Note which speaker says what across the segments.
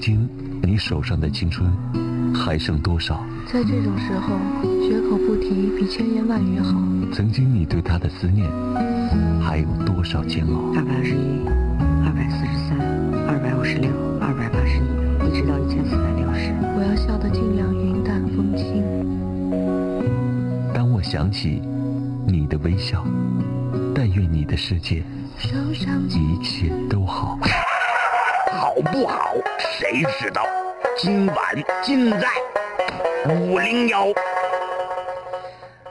Speaker 1: 今你手上的青春还剩多少？
Speaker 2: 在这种时候，绝口不提比千言万语好。
Speaker 1: 曾经你对他的思念还有多少煎熬？
Speaker 3: 二百二十一，二百四十三，二百五十六，二百八十一，一直到一千四百六十。
Speaker 2: 我要笑得尽量云淡风轻。
Speaker 1: 当我想起你的微笑，但愿你的世界
Speaker 2: 手上
Speaker 1: 一切都好。
Speaker 4: 好不好？谁知道？今晚尽在五零幺。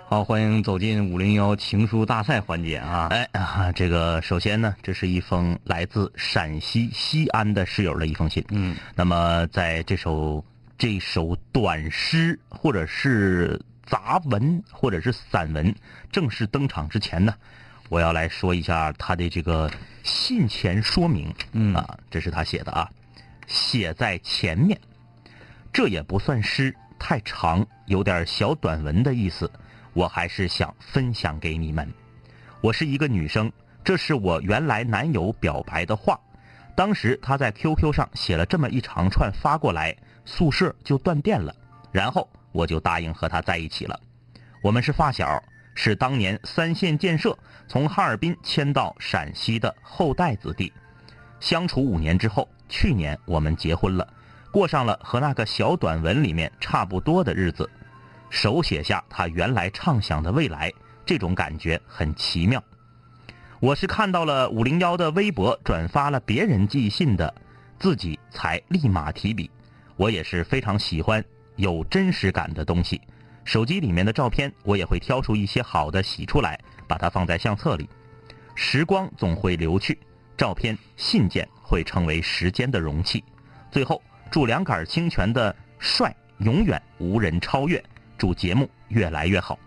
Speaker 4: 好，欢迎走进五零幺情书大赛环节啊！哎啊，这个首先呢，这是一封来自陕西西安的室友的一封信。
Speaker 5: 嗯，
Speaker 4: 那么在这首这首短诗或者是杂文或者是散文正式登场之前呢，我要来说一下他的这个信前说明。
Speaker 5: 嗯
Speaker 4: 啊，这是他写的啊，写在前面，这也不算诗，太长，有点小短文的意思。我还是想分享给你们。我是一个女生，这是我原来男友表白的话。当时他在 QQ 上写了这么一长串发过来，宿舍就断电了，然后我就答应和他在一起了。我们是发小，是当年三线建设从哈尔滨迁到陕西的后代子弟。相处五年之后，去年我们结婚了，过上了和那个小短文里面差不多的日子。手写下他原来畅想的未来，这种感觉很奇妙。我是看到了五零幺的微博转发了别人寄信的，自己才立马提笔。我也是非常喜欢有真实感的东西，手机里面的照片我也会挑出一些好的洗出来，把它放在相册里。时光总会流去，照片、信件会成为时间的容器。最后，祝两杆清泉的帅永远无人超越，祝节目越来越好。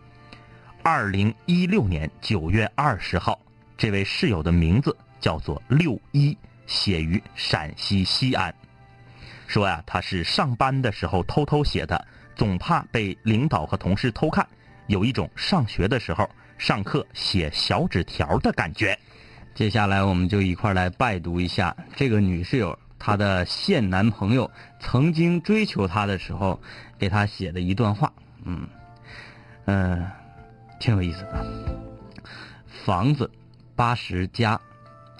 Speaker 4: 二零一六年九月二十号，这位室友的名字叫做六一，写于陕西西安。说呀、他是上班的时候偷偷写的，总怕被领导和同事偷看，有一种上学的时候上课写小纸条的感觉。
Speaker 5: 接下来我们就一块儿来拜读一下这个女室友她的现男朋友曾经追求她的时候给她写的一段话，嗯，呃，挺有意思的。房子八十加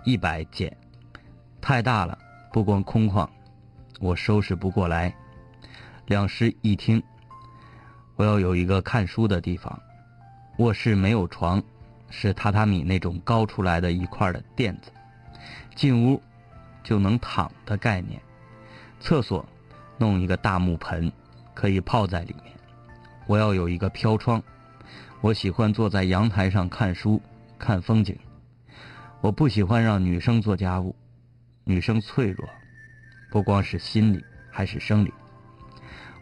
Speaker 5: 一百减，太大了，不光空旷，我收拾不过来。两室一厅，我要有一个看书的地方。卧室没有床，是榻榻米那种高出来的一块的垫子，进屋就能躺的概念。厕所弄一个大木盆，可以泡在里面。我要有一个飘窗，我喜欢坐在阳台上看书、看风景。我不喜欢让女生做家务，女生脆弱，不光是心理，还是生理。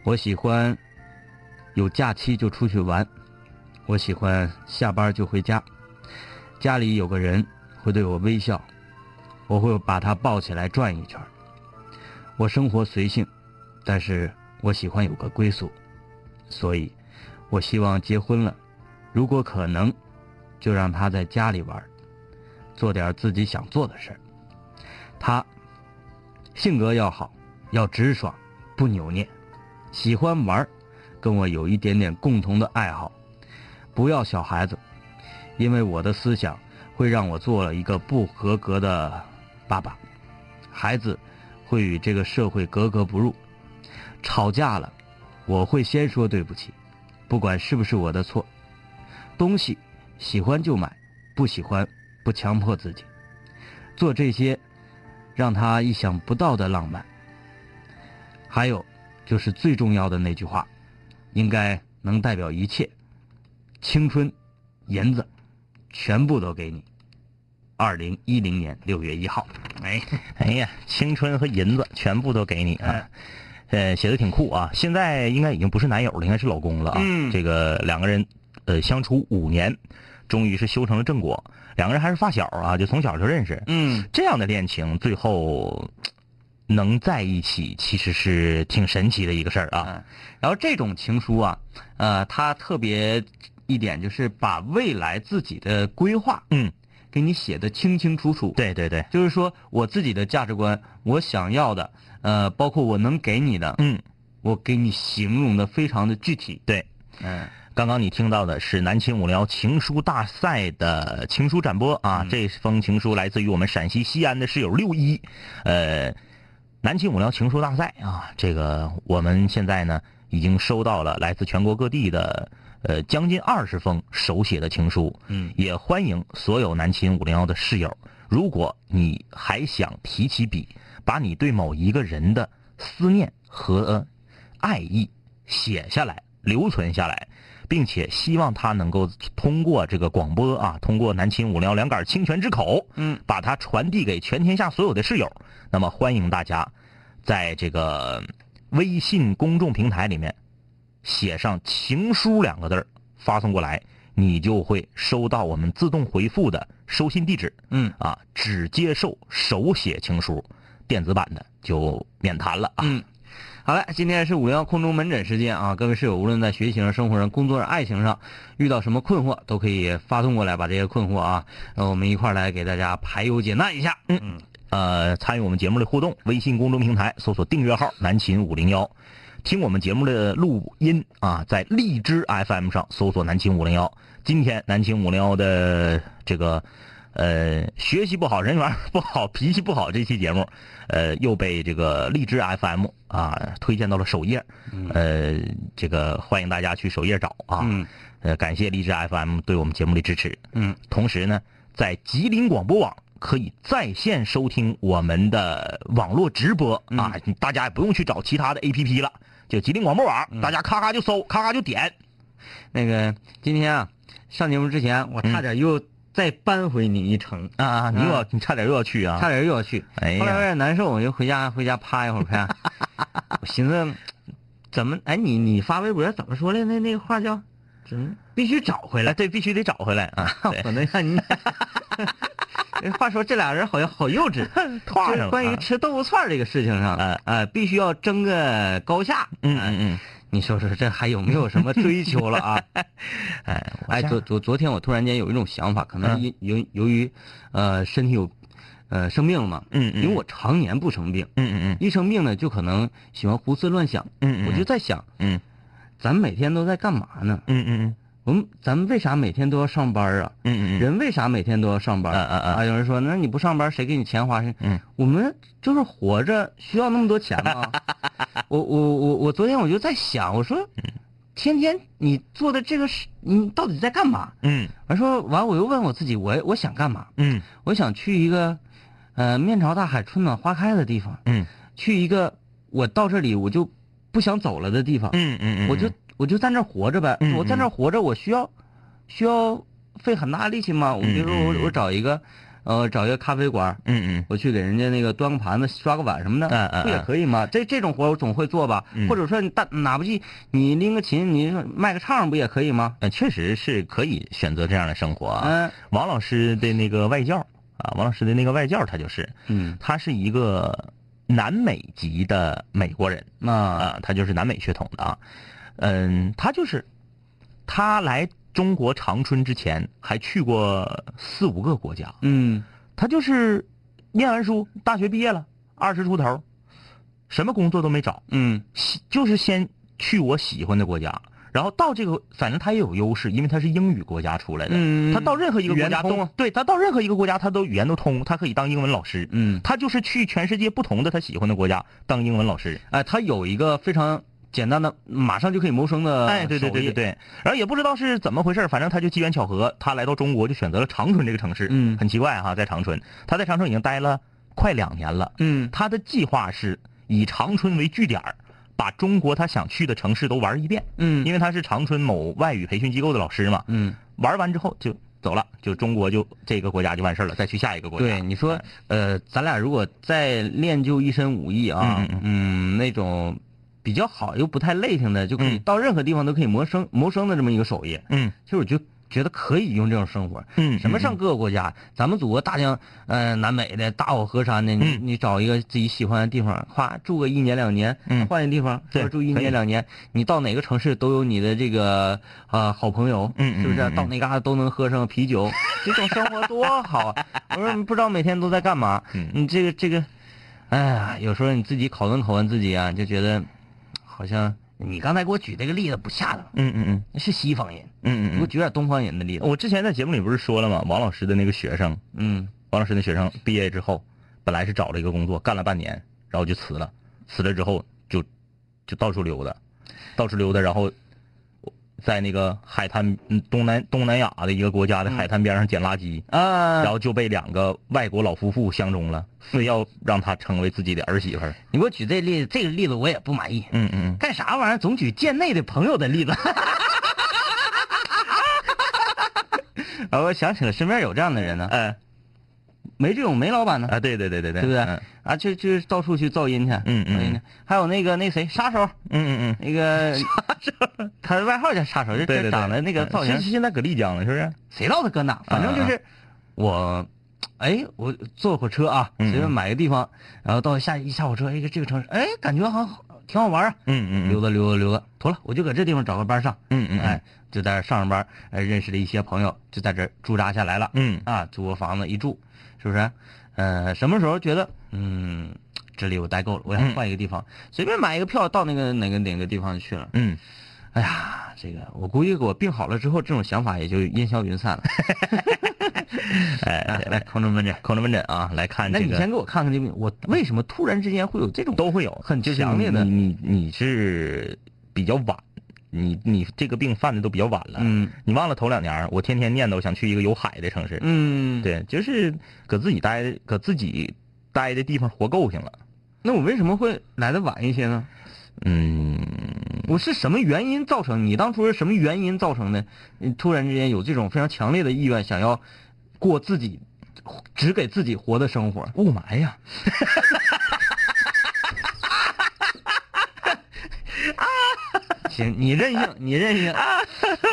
Speaker 5: 我喜欢有假期就出去玩，我喜欢下班就回家，家里有个人会对我微笑，我会把他抱起来转一圈儿。我生活随性，但是我喜欢有个归宿，所以我希望结婚了，如果可能，就让他在家里玩儿，做点自己想做的事儿。他性格要好，要直爽，不扭捏，喜欢玩儿，跟我有一点点共同的爱好。不要小孩子，因为我的思想会让我做了一个不合格的爸爸，孩子会与这个社会格格不入。吵架了，我会先说对不起，不管是不是我的错。东西喜欢就买，不喜欢不强迫自己。做这些让他意想不到的浪漫。还有就是最重要的那句话，应该能代表一切。青春、银子，全部都给你。二零一零年六月一号，哎，
Speaker 4: 哎呀，青春和银子全部都给你
Speaker 5: 哎
Speaker 4: 啊！呃，写的挺酷啊。现在应该已经不是男友了，应该是老公了啊。
Speaker 5: 嗯
Speaker 4: 这个两个人呃相处五年，终于是修成了正果。两个人还是发小啊，就从小就认识。
Speaker 5: 嗯，
Speaker 4: 这样的恋情最后
Speaker 5: 呃
Speaker 4: 嘖能在一起，其实是挺神奇的一个事儿啊。
Speaker 5: 然后这种情书啊，呃，它特别一点就是把未来自己的规划
Speaker 4: 嗯
Speaker 5: 给你写的清清楚楚。
Speaker 4: 对对对，
Speaker 5: 就是说我自己的价值观，我想要的，呃，包括我能给你的，
Speaker 4: 嗯，
Speaker 5: 我给你形容的非常的具体。
Speaker 4: 对。
Speaker 5: 嗯，
Speaker 4: 刚刚你听到的是南秦五聊情书大赛的情书展播啊，
Speaker 5: 嗯
Speaker 4: 这封情书来自于我们陕西西安的室友六一，呃，南秦五聊情书大赛啊，这个我们现在呢已经收到了来自全国各地的呃将近二十封手写的情书，
Speaker 5: 嗯，
Speaker 4: 也欢迎所有南秦五零幺的室友，如果你还想提起笔，把你对某一个人的思念和呃爱意写下来，留存下来，并且希望他能够通过这个广播啊，通过南秦五零幺两杆清泉之口，
Speaker 5: 嗯，
Speaker 4: 把它传递给全天下所有的室友。那么，欢迎大家在这个微信公众平台里面写上“情书”两个字儿发送过来，你就会收到我们自动回复的收信地址。
Speaker 5: 嗯
Speaker 4: 啊，只接受手写情书，电子版的就免谈了啊。
Speaker 5: 嗯，好了，今天是五零幺空中门诊时间啊，各位室友，无论在学习上、生活上、工作上、爱情上遇到什么困惑，都可以发送过来，把这些困惑啊，呃，我们一块儿来给大家排忧解难一下。嗯嗯，
Speaker 4: 呃，参与我们节目的互动，微信公众平台搜索订阅号“南秦五零幺”，听我们节目的录音啊，在荔枝 FM 上搜索“南秦五零幺”。今天南秦五零幺的这个呃学习不好、人缘 不好、脾气不好这期节目，呃，又被这个荔枝 FM 啊推荐到了首页，呃，这个欢迎大家去首页找啊。
Speaker 5: 嗯
Speaker 4: 呃，感谢荔枝 FM 对我们节目的支持。
Speaker 5: 嗯，
Speaker 4: 同时呢，在吉林广播网可以在线收听我们的网络直播、
Speaker 5: 嗯
Speaker 4: 啊，大家也不用去找其他的 APP 了，就吉林广播网，大家咔咔就搜，咔咔就点。
Speaker 5: 那个今天啊，上节目之前，
Speaker 4: 嗯
Speaker 5: 我差点又再扳回你一城，
Speaker 4: 啊，你又要你差点又要去啊？
Speaker 5: 差点又要去，
Speaker 4: 哎呀
Speaker 5: 后来有点难受，我就回家 回家趴一会 儿看，我寻思怎么哎你你发微博怎么说来那那话叫怎么必须找回来
Speaker 4: 哎，。对，必须得找回来 啊！对
Speaker 5: 可能让你。话说这俩人好像好幼 稚，
Speaker 4: 跨
Speaker 5: 就
Speaker 4: 上了
Speaker 5: 是关于
Speaker 4: 啊
Speaker 5: 吃豆腐串儿这个事情上，呃呃，必须要争个高下。
Speaker 4: 嗯
Speaker 5: 呃
Speaker 4: 嗯嗯，
Speaker 5: 你说说这还有没有什么追求了啊？
Speaker 4: 哎，我
Speaker 5: 哎，
Speaker 4: 下
Speaker 5: 昨昨昨天我突然间有一种想法，可能
Speaker 4: 嗯
Speaker 5: 因由由于呃身体有呃生病了嘛，
Speaker 4: 嗯嗯，
Speaker 5: 因为我常年不生病，
Speaker 4: 嗯嗯
Speaker 5: 一生病呢就可能喜欢胡思乱想，
Speaker 4: 嗯嗯，
Speaker 5: 我就在想，
Speaker 4: 嗯
Speaker 5: 咱每天都在干嘛呢？
Speaker 4: 嗯嗯
Speaker 5: 我们咱们为啥每天都要上班啊？
Speaker 4: 嗯嗯嗯，
Speaker 5: 人为啥每天都要上班？
Speaker 4: 啊啊啊
Speaker 5: 有人说，那你不上班，谁给你钱花？
Speaker 4: 嗯，
Speaker 5: 我们就是活着，需要那么多钱 吗？我我我我昨天我就在想，我说，
Speaker 4: 嗯
Speaker 5: 天天你做的这个事，你到底在干嘛？
Speaker 4: 嗯
Speaker 5: 完说完，我又问我自己，我我想干嘛？
Speaker 4: 嗯
Speaker 5: 我想去一个，呃，面朝大海，春暖花开的地方，
Speaker 4: 嗯
Speaker 5: 去一个我到这里我就不想走了的地方。
Speaker 4: 嗯嗯，
Speaker 5: 我就我就在那儿活着呗。
Speaker 4: 嗯
Speaker 5: 我在那儿活着，我需要需要费很大力气吗？我
Speaker 4: 嗯
Speaker 5: 比如说
Speaker 4: 嗯
Speaker 5: 我
Speaker 4: 嗯
Speaker 5: 我找一个呃找一个咖啡馆，
Speaker 4: 嗯嗯
Speaker 5: 我去给人家那个端个盘子、刷个碗什么的，
Speaker 4: 嗯嗯
Speaker 5: 不也可以吗？这这种活我总会做吧。
Speaker 4: 嗯
Speaker 5: 或者说你大哪不济你拎个琴，你卖个唱不也可以吗？
Speaker 4: 呃，确实是可以选择这样的生活啊。
Speaker 5: 嗯
Speaker 4: 王老师的那个外教啊，王老师的那个外教，他就是，
Speaker 5: 嗯
Speaker 4: 他是一个南美籍的美国人
Speaker 5: 啊
Speaker 4: 啊，他就是南美血统的啊。嗯，他就是，他来中国长春之前还去过四五个国家，
Speaker 5: 嗯
Speaker 4: 他就是念完书，大学毕业了，二十出头，什么工作都没找，
Speaker 5: 嗯
Speaker 4: 喜就是先去我喜欢的国家，然后到这个，反正他也有优势，因为他是英语国家出来的，
Speaker 5: 嗯
Speaker 4: 他到任何一个国家
Speaker 5: 语言通
Speaker 4: 都
Speaker 5: 啊
Speaker 4: 对他到任何一个国家他都语言都通，他可以当英文老师，
Speaker 5: 嗯
Speaker 4: 他就是去全世界不同的他喜欢的国家当英文老师。
Speaker 5: 哎，他有一个非常简单的，马上就可以谋生的
Speaker 4: 哎，对对对
Speaker 5: 手
Speaker 4: 对
Speaker 5: 艺
Speaker 4: 对，然后也不知道是怎么回事，反正他就机缘巧合，他来到中国就选择了长春这个城市，
Speaker 5: 嗯
Speaker 4: 很奇怪哈，在长春，他在长春已经待了快两年了，
Speaker 5: 嗯
Speaker 4: 他的计划是以长春为据点儿把中国他想去的城市都玩一遍。
Speaker 5: 嗯
Speaker 4: 因为他是长春某外语培训机构的老师嘛，
Speaker 5: 嗯。
Speaker 4: 玩完之后就走了，就中国就这个国家就完事儿了，再去下一个国家。哎
Speaker 5: 对，你说，呃，咱俩如果再练就一身武艺啊，
Speaker 4: 嗯
Speaker 5: 嗯，那种比较好又不太累挺的，就可以
Speaker 4: 嗯
Speaker 5: 到任何地方都可以谋生谋生的这么一个手艺，
Speaker 4: 嗯
Speaker 5: 其实我觉得觉得可以用这种生活。
Speaker 4: 嗯
Speaker 5: 什么上各个国家，咱们祖国大江呃南北的大好河山的，你
Speaker 4: 嗯
Speaker 5: 你找一个自己喜欢的地方，夸住个一年两年，
Speaker 4: 嗯
Speaker 5: 换一个地方，
Speaker 4: 对
Speaker 5: 说住一
Speaker 4: 可以
Speaker 5: 年两年，你到哪个城市都有你的这个啊、好朋友，
Speaker 4: 嗯嗯
Speaker 5: 是不是？
Speaker 4: 嗯嗯
Speaker 5: 到哪嘎达都能喝上 啤酒，这种生活多好啊！我说你不知道每天都在干嘛，
Speaker 4: 嗯
Speaker 5: 你这个这个，哎呀，有时候你自己拷问拷问自己啊，就觉得好像你刚才给我举这个例子不恰当，
Speaker 4: 嗯嗯嗯
Speaker 5: 那是西方人，
Speaker 4: 嗯
Speaker 5: 你给我
Speaker 4: 嗯
Speaker 5: 举点东方人的例
Speaker 4: 嗯，
Speaker 5: 子，
Speaker 4: 我之前在节目里不是说了吗？王老师的那个学生，
Speaker 5: 嗯
Speaker 4: 王老师那学生毕业之后，本来是找了一个工作，干了半年，然后就辞了。辞了之后就就到处溜达，到处溜达，然后在那个海滩嗯东南东南亚的一个国家的
Speaker 5: 嗯
Speaker 4: 海滩边上捡垃圾，
Speaker 5: 啊
Speaker 4: 然，后就被两个外国老夫妇相中了，非要让她成为自己的儿媳妇儿。
Speaker 5: 你给我举这例子，这个例子我也不满意，
Speaker 4: 嗯嗯
Speaker 5: 干啥玩意儿总举贱内的朋友的例子。 啊，我想起了身边有这样的人呢呃
Speaker 4: 嗯，，哎
Speaker 5: 没这种没老板呢，
Speaker 4: 啊，对对对对对，
Speaker 5: 对不对？
Speaker 4: 嗯
Speaker 5: 啊，就就到处去噪音去，
Speaker 4: 嗯嗯
Speaker 5: 噪音去还有那个那谁杀手，
Speaker 4: 嗯嗯
Speaker 5: 那个他的外号叫杀手，
Speaker 4: 嗯，
Speaker 5: 就
Speaker 4: 对
Speaker 5: 就
Speaker 4: 对，
Speaker 5: 长得那个造型，
Speaker 4: 是现在搁丽江了，是不嗯是？
Speaker 5: 谁知道他搁哪？反正就是我，哎，我坐火车啊，
Speaker 4: 嗯嗯
Speaker 5: 随便买个地方，然后到下一下火车，哎，这个城市，哎，感觉好像挺好玩啊，
Speaker 4: 嗯嗯
Speaker 5: 溜达溜达溜达，妥了，我就搁这地方找个班上，
Speaker 4: 嗯嗯
Speaker 5: 哎，就在这上上班，哎，认识了一些朋友，就在这儿驻扎下来了。
Speaker 4: 嗯
Speaker 5: 啊，租个房子一住，是不是？呃，什么时候觉得嗯，这里我待够了，我想
Speaker 4: 嗯
Speaker 5: 换一个地方，随便买一个票到那个哪个哪个地方去了。
Speaker 4: 嗯
Speaker 5: 哎呀，这个我估计我病好了之后，这种想法也就烟消云 散了。哎，来空中门诊，空中门诊啊，来看
Speaker 4: 这
Speaker 5: 那你
Speaker 4: 个
Speaker 5: 先给我看看这病，我为什么突然之间会有这种
Speaker 4: 都会有
Speaker 5: 很
Speaker 4: 就是
Speaker 5: 强烈的
Speaker 4: 嗯你你你是比较晚，你你这个病犯的都比较晚了。
Speaker 5: 嗯
Speaker 4: 你忘了头两年儿我天天念叨想去一个有海的城市。
Speaker 5: 嗯，
Speaker 4: 对，就是搁自己待搁自己待的地方活够性了。
Speaker 5: 那我为什么会来的晚一些呢？
Speaker 4: 嗯，
Speaker 5: 我是什么原因造成？你当初是什么原因造成的？你突然之间有这种非常强烈的意愿，想要过自己只给自己活的生活？
Speaker 4: 雾霾呀。
Speaker 5: 行，你任性，你任 性。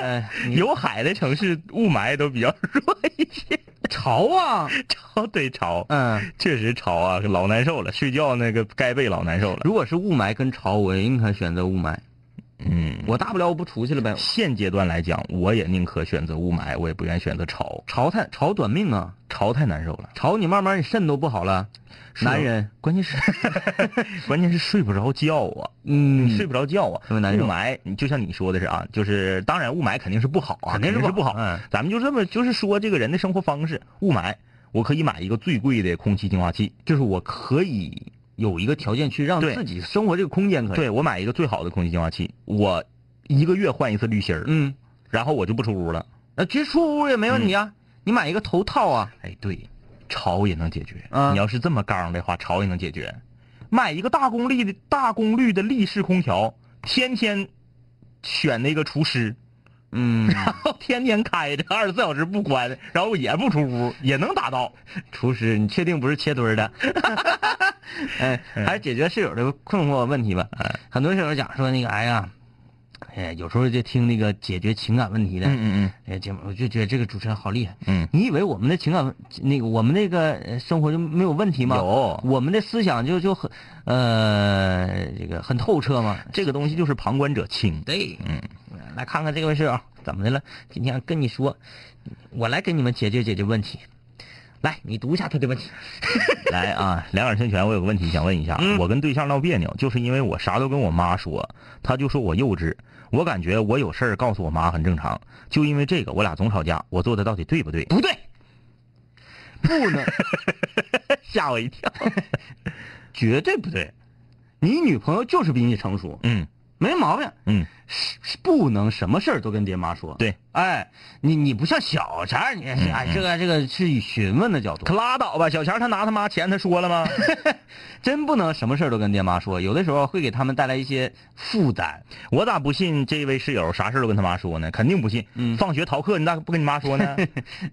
Speaker 5: 哎，你
Speaker 4: 有海的城市雾霾都比较弱一些，
Speaker 5: 潮啊！
Speaker 4: 潮哦对潮，
Speaker 5: 嗯，
Speaker 4: 确实潮啊，老难受了，睡觉那个盖被老难受了。
Speaker 5: 如果是雾霾跟潮，我宁可选择雾霾。
Speaker 4: 嗯，
Speaker 5: 我大不了我不出去了呗。
Speaker 4: 现阶段来讲，我也宁可选择雾霾，我也不愿选择潮，
Speaker 5: 潮太潮短命啊！
Speaker 4: 潮太难受了。
Speaker 5: 潮你慢慢你肾都不好了。
Speaker 4: 是啊
Speaker 5: 男人，关键是
Speaker 4: 关键是睡不着觉啊，你
Speaker 5: 嗯
Speaker 4: 睡不着觉啊。
Speaker 5: 特别难受
Speaker 4: 雾霾，你就像你说的是啊，就是当然雾霾肯定是不好啊，肯
Speaker 5: 肯定是
Speaker 4: 定是
Speaker 5: 不
Speaker 4: 不
Speaker 5: 好
Speaker 4: 好。
Speaker 5: 嗯
Speaker 4: 咱们就这么就是说这个人的生活方式，雾霾，我可以买一个最贵的空气净化器，
Speaker 5: 就是我可以有一个条件去让
Speaker 4: 对
Speaker 5: 自己生活这个空间可以。，
Speaker 4: 对我买一个最好的空气净化器，我一个月换一次滤芯儿，
Speaker 5: 嗯，
Speaker 4: 然后我就不出屋了。嗯
Speaker 5: 那直接出屋也没问题啊。你买一个头套啊。
Speaker 4: 哎，对，潮也能解决。
Speaker 5: 啊
Speaker 4: 你要是这么刚的话，潮也能解决。买一个大功率的大功率的立式空调，天天选那个厨师，
Speaker 5: 嗯，
Speaker 4: 天天开着，二十四小时不关，然后也不出屋，也能达到。
Speaker 5: 厨师，你确定不是切墩儿的？ 哎，
Speaker 4: 嗯
Speaker 5: 还是解决室友的困惑问题吧。很多室友讲说那个，哎呀，哎呀，有时候就听那个解决情感问题的
Speaker 4: 嗯
Speaker 5: 哎节目，我就觉得这个主持人好厉害。
Speaker 4: 嗯
Speaker 5: 你以为我们的情感那个我们那个呃生活就没有问题吗？
Speaker 4: 有
Speaker 5: 我们的思想就就很呃这个很透彻吗？
Speaker 4: 这个东西就是旁观者清。
Speaker 5: 对，
Speaker 4: 嗯，
Speaker 5: 来看看这位室友怎么的了？今天跟你说，我来给你们解决解决问题。来，你读一下他的问题。
Speaker 4: 来啊，两耳清泉，我有个问题想问一下。我跟对象闹别扭，就是因为我啥都跟我妈说，她就说我幼稚。我感觉我有事儿告诉我妈很正常，就因为这个我俩总吵架。我做的到底对不对？
Speaker 5: 不对， 不能，
Speaker 4: 吓我一跳。
Speaker 5: 绝对不对。你女朋友就是比你成熟，
Speaker 4: 嗯
Speaker 5: 没毛病。
Speaker 4: 嗯，
Speaker 5: 是是不能什么事儿都跟爹妈说。
Speaker 4: 对，嗯
Speaker 5: 哎，你你不像小钱儿，你哎这个这个是以询问的角度
Speaker 4: 可，拉倒吧，小强他拿他妈钱，他说了吗？
Speaker 5: 真不能什么事儿都跟爹妈说，有的时候会给他们带来一些负担。
Speaker 4: 我咋不信这位室友啥事儿都跟他妈说呢？肯定不信。
Speaker 5: 嗯
Speaker 4: 放学逃课你咋不跟你妈说呢？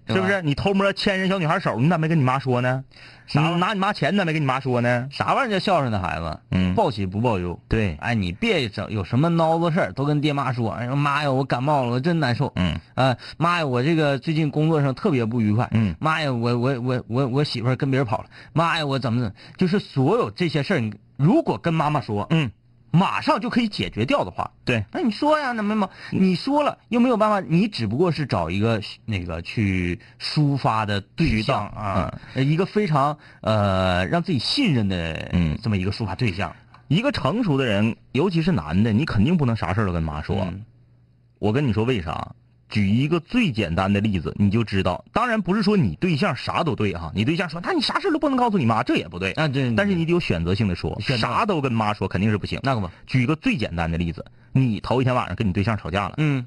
Speaker 4: 是不是？你偷摸牵人小女孩手，你咋没跟你妈说呢？
Speaker 5: 啥玩意儿
Speaker 4: 你拿你妈钱，你咋没跟你妈说呢？
Speaker 5: 啥玩意儿叫孝顺的孩子？
Speaker 4: 嗯
Speaker 5: 报喜不报忧。
Speaker 4: 对
Speaker 5: 哎，你别整有什么孬子事儿都跟爹妈说，哎呀妈呀，我感冒了，我真难受。
Speaker 4: 嗯
Speaker 5: 呃，妈呀，我这个最近工作上特别不愉快。
Speaker 4: 嗯
Speaker 5: 妈呀，我我我我我媳妇儿跟别人跑了。妈呀，我怎么怎么，就是所有这些事儿，你如果跟妈妈说，
Speaker 4: 嗯，
Speaker 5: 马上就可以解决掉的话，
Speaker 4: 对，嗯
Speaker 5: 那你说呀，那么么，你说了又没有办法，你只不过是找一个那个去抒发的对
Speaker 4: 渠道嗯
Speaker 5: 象啊，呃一个非常呃让自己信任的
Speaker 4: 嗯
Speaker 5: 这么一个抒发对象。
Speaker 4: 一个成熟的人，尤其是男的，你肯定不能啥事儿都跟妈说。
Speaker 5: 嗯
Speaker 4: 我跟你说为啥？举一个最简单的例子，你就知道。当然不是说你对象啥都对哈、你对象说，那你啥事儿都不能告诉你妈，这也不对。
Speaker 5: 啊，对，
Speaker 4: 但是你得有选择性的说，
Speaker 5: 选择
Speaker 4: 啥都跟妈说肯定是不行。
Speaker 5: 那个吧，
Speaker 4: 举一个最简单的例子，你头一天晚上跟你对象吵架了，
Speaker 5: 嗯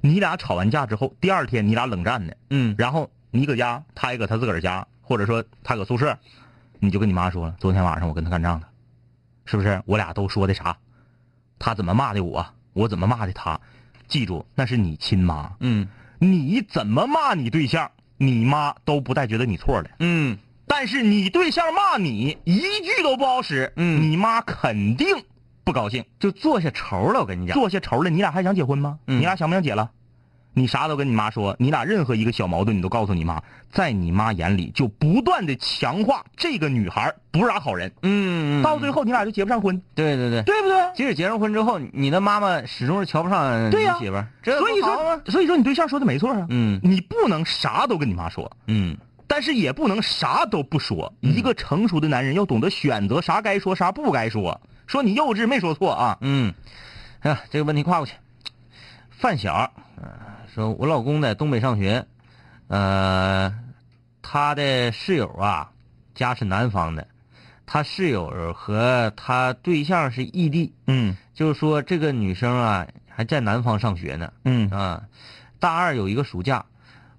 Speaker 4: 你俩吵完架之后，第二天你俩冷战呢，
Speaker 5: 嗯
Speaker 4: 然后你搁家，他也搁他自个儿家，或者说他搁宿舍，你就跟你妈说了，昨天晚上我跟他干仗了，是不是？我俩都说的啥？他怎么骂的我，我怎么骂的他？记住，那是你亲妈，
Speaker 5: 嗯
Speaker 4: 你怎么骂你对象，你妈都不带觉得你错的。
Speaker 5: 嗯，
Speaker 4: 但是你对象骂你一句都不好使，
Speaker 5: 嗯
Speaker 4: 你妈肯定不高兴，
Speaker 5: 就做下仇了，我跟你讲，
Speaker 4: 做些仇了，你俩还想结婚吗？
Speaker 5: 嗯
Speaker 4: 你俩想不想结了？你啥都跟你妈说，你俩任何一个小矛盾你都告诉你妈，在你妈眼里就不断的强化这个女孩不是啥好人，
Speaker 5: 嗯，嗯
Speaker 4: 到最，后你俩就结不上婚，
Speaker 5: 对对对，
Speaker 4: 对不对？
Speaker 5: 即使结上婚之后，你的妈妈始终是瞧不上
Speaker 4: 对
Speaker 5: 你
Speaker 4: 呀
Speaker 5: 媳妇儿，这
Speaker 4: 所以
Speaker 5: 不好吗啊
Speaker 4: 说，所以说你对象说的没错啊，
Speaker 5: 嗯
Speaker 4: 你不能啥都跟你妈说，
Speaker 5: 嗯
Speaker 4: 但是也不能啥都不说。一个成熟的男人要懂得选择啥该说啥不该说。说你幼稚没说错啊，
Speaker 5: 嗯，啊，这个问题跨过去。范小，呃说我老公在东北上学，呃，他的室友啊，家是南方的，他室友和他对象是异地，
Speaker 4: 嗯
Speaker 5: 就是说这个女生啊还在南方上学呢，
Speaker 4: 嗯
Speaker 5: 啊，大二有一个暑假，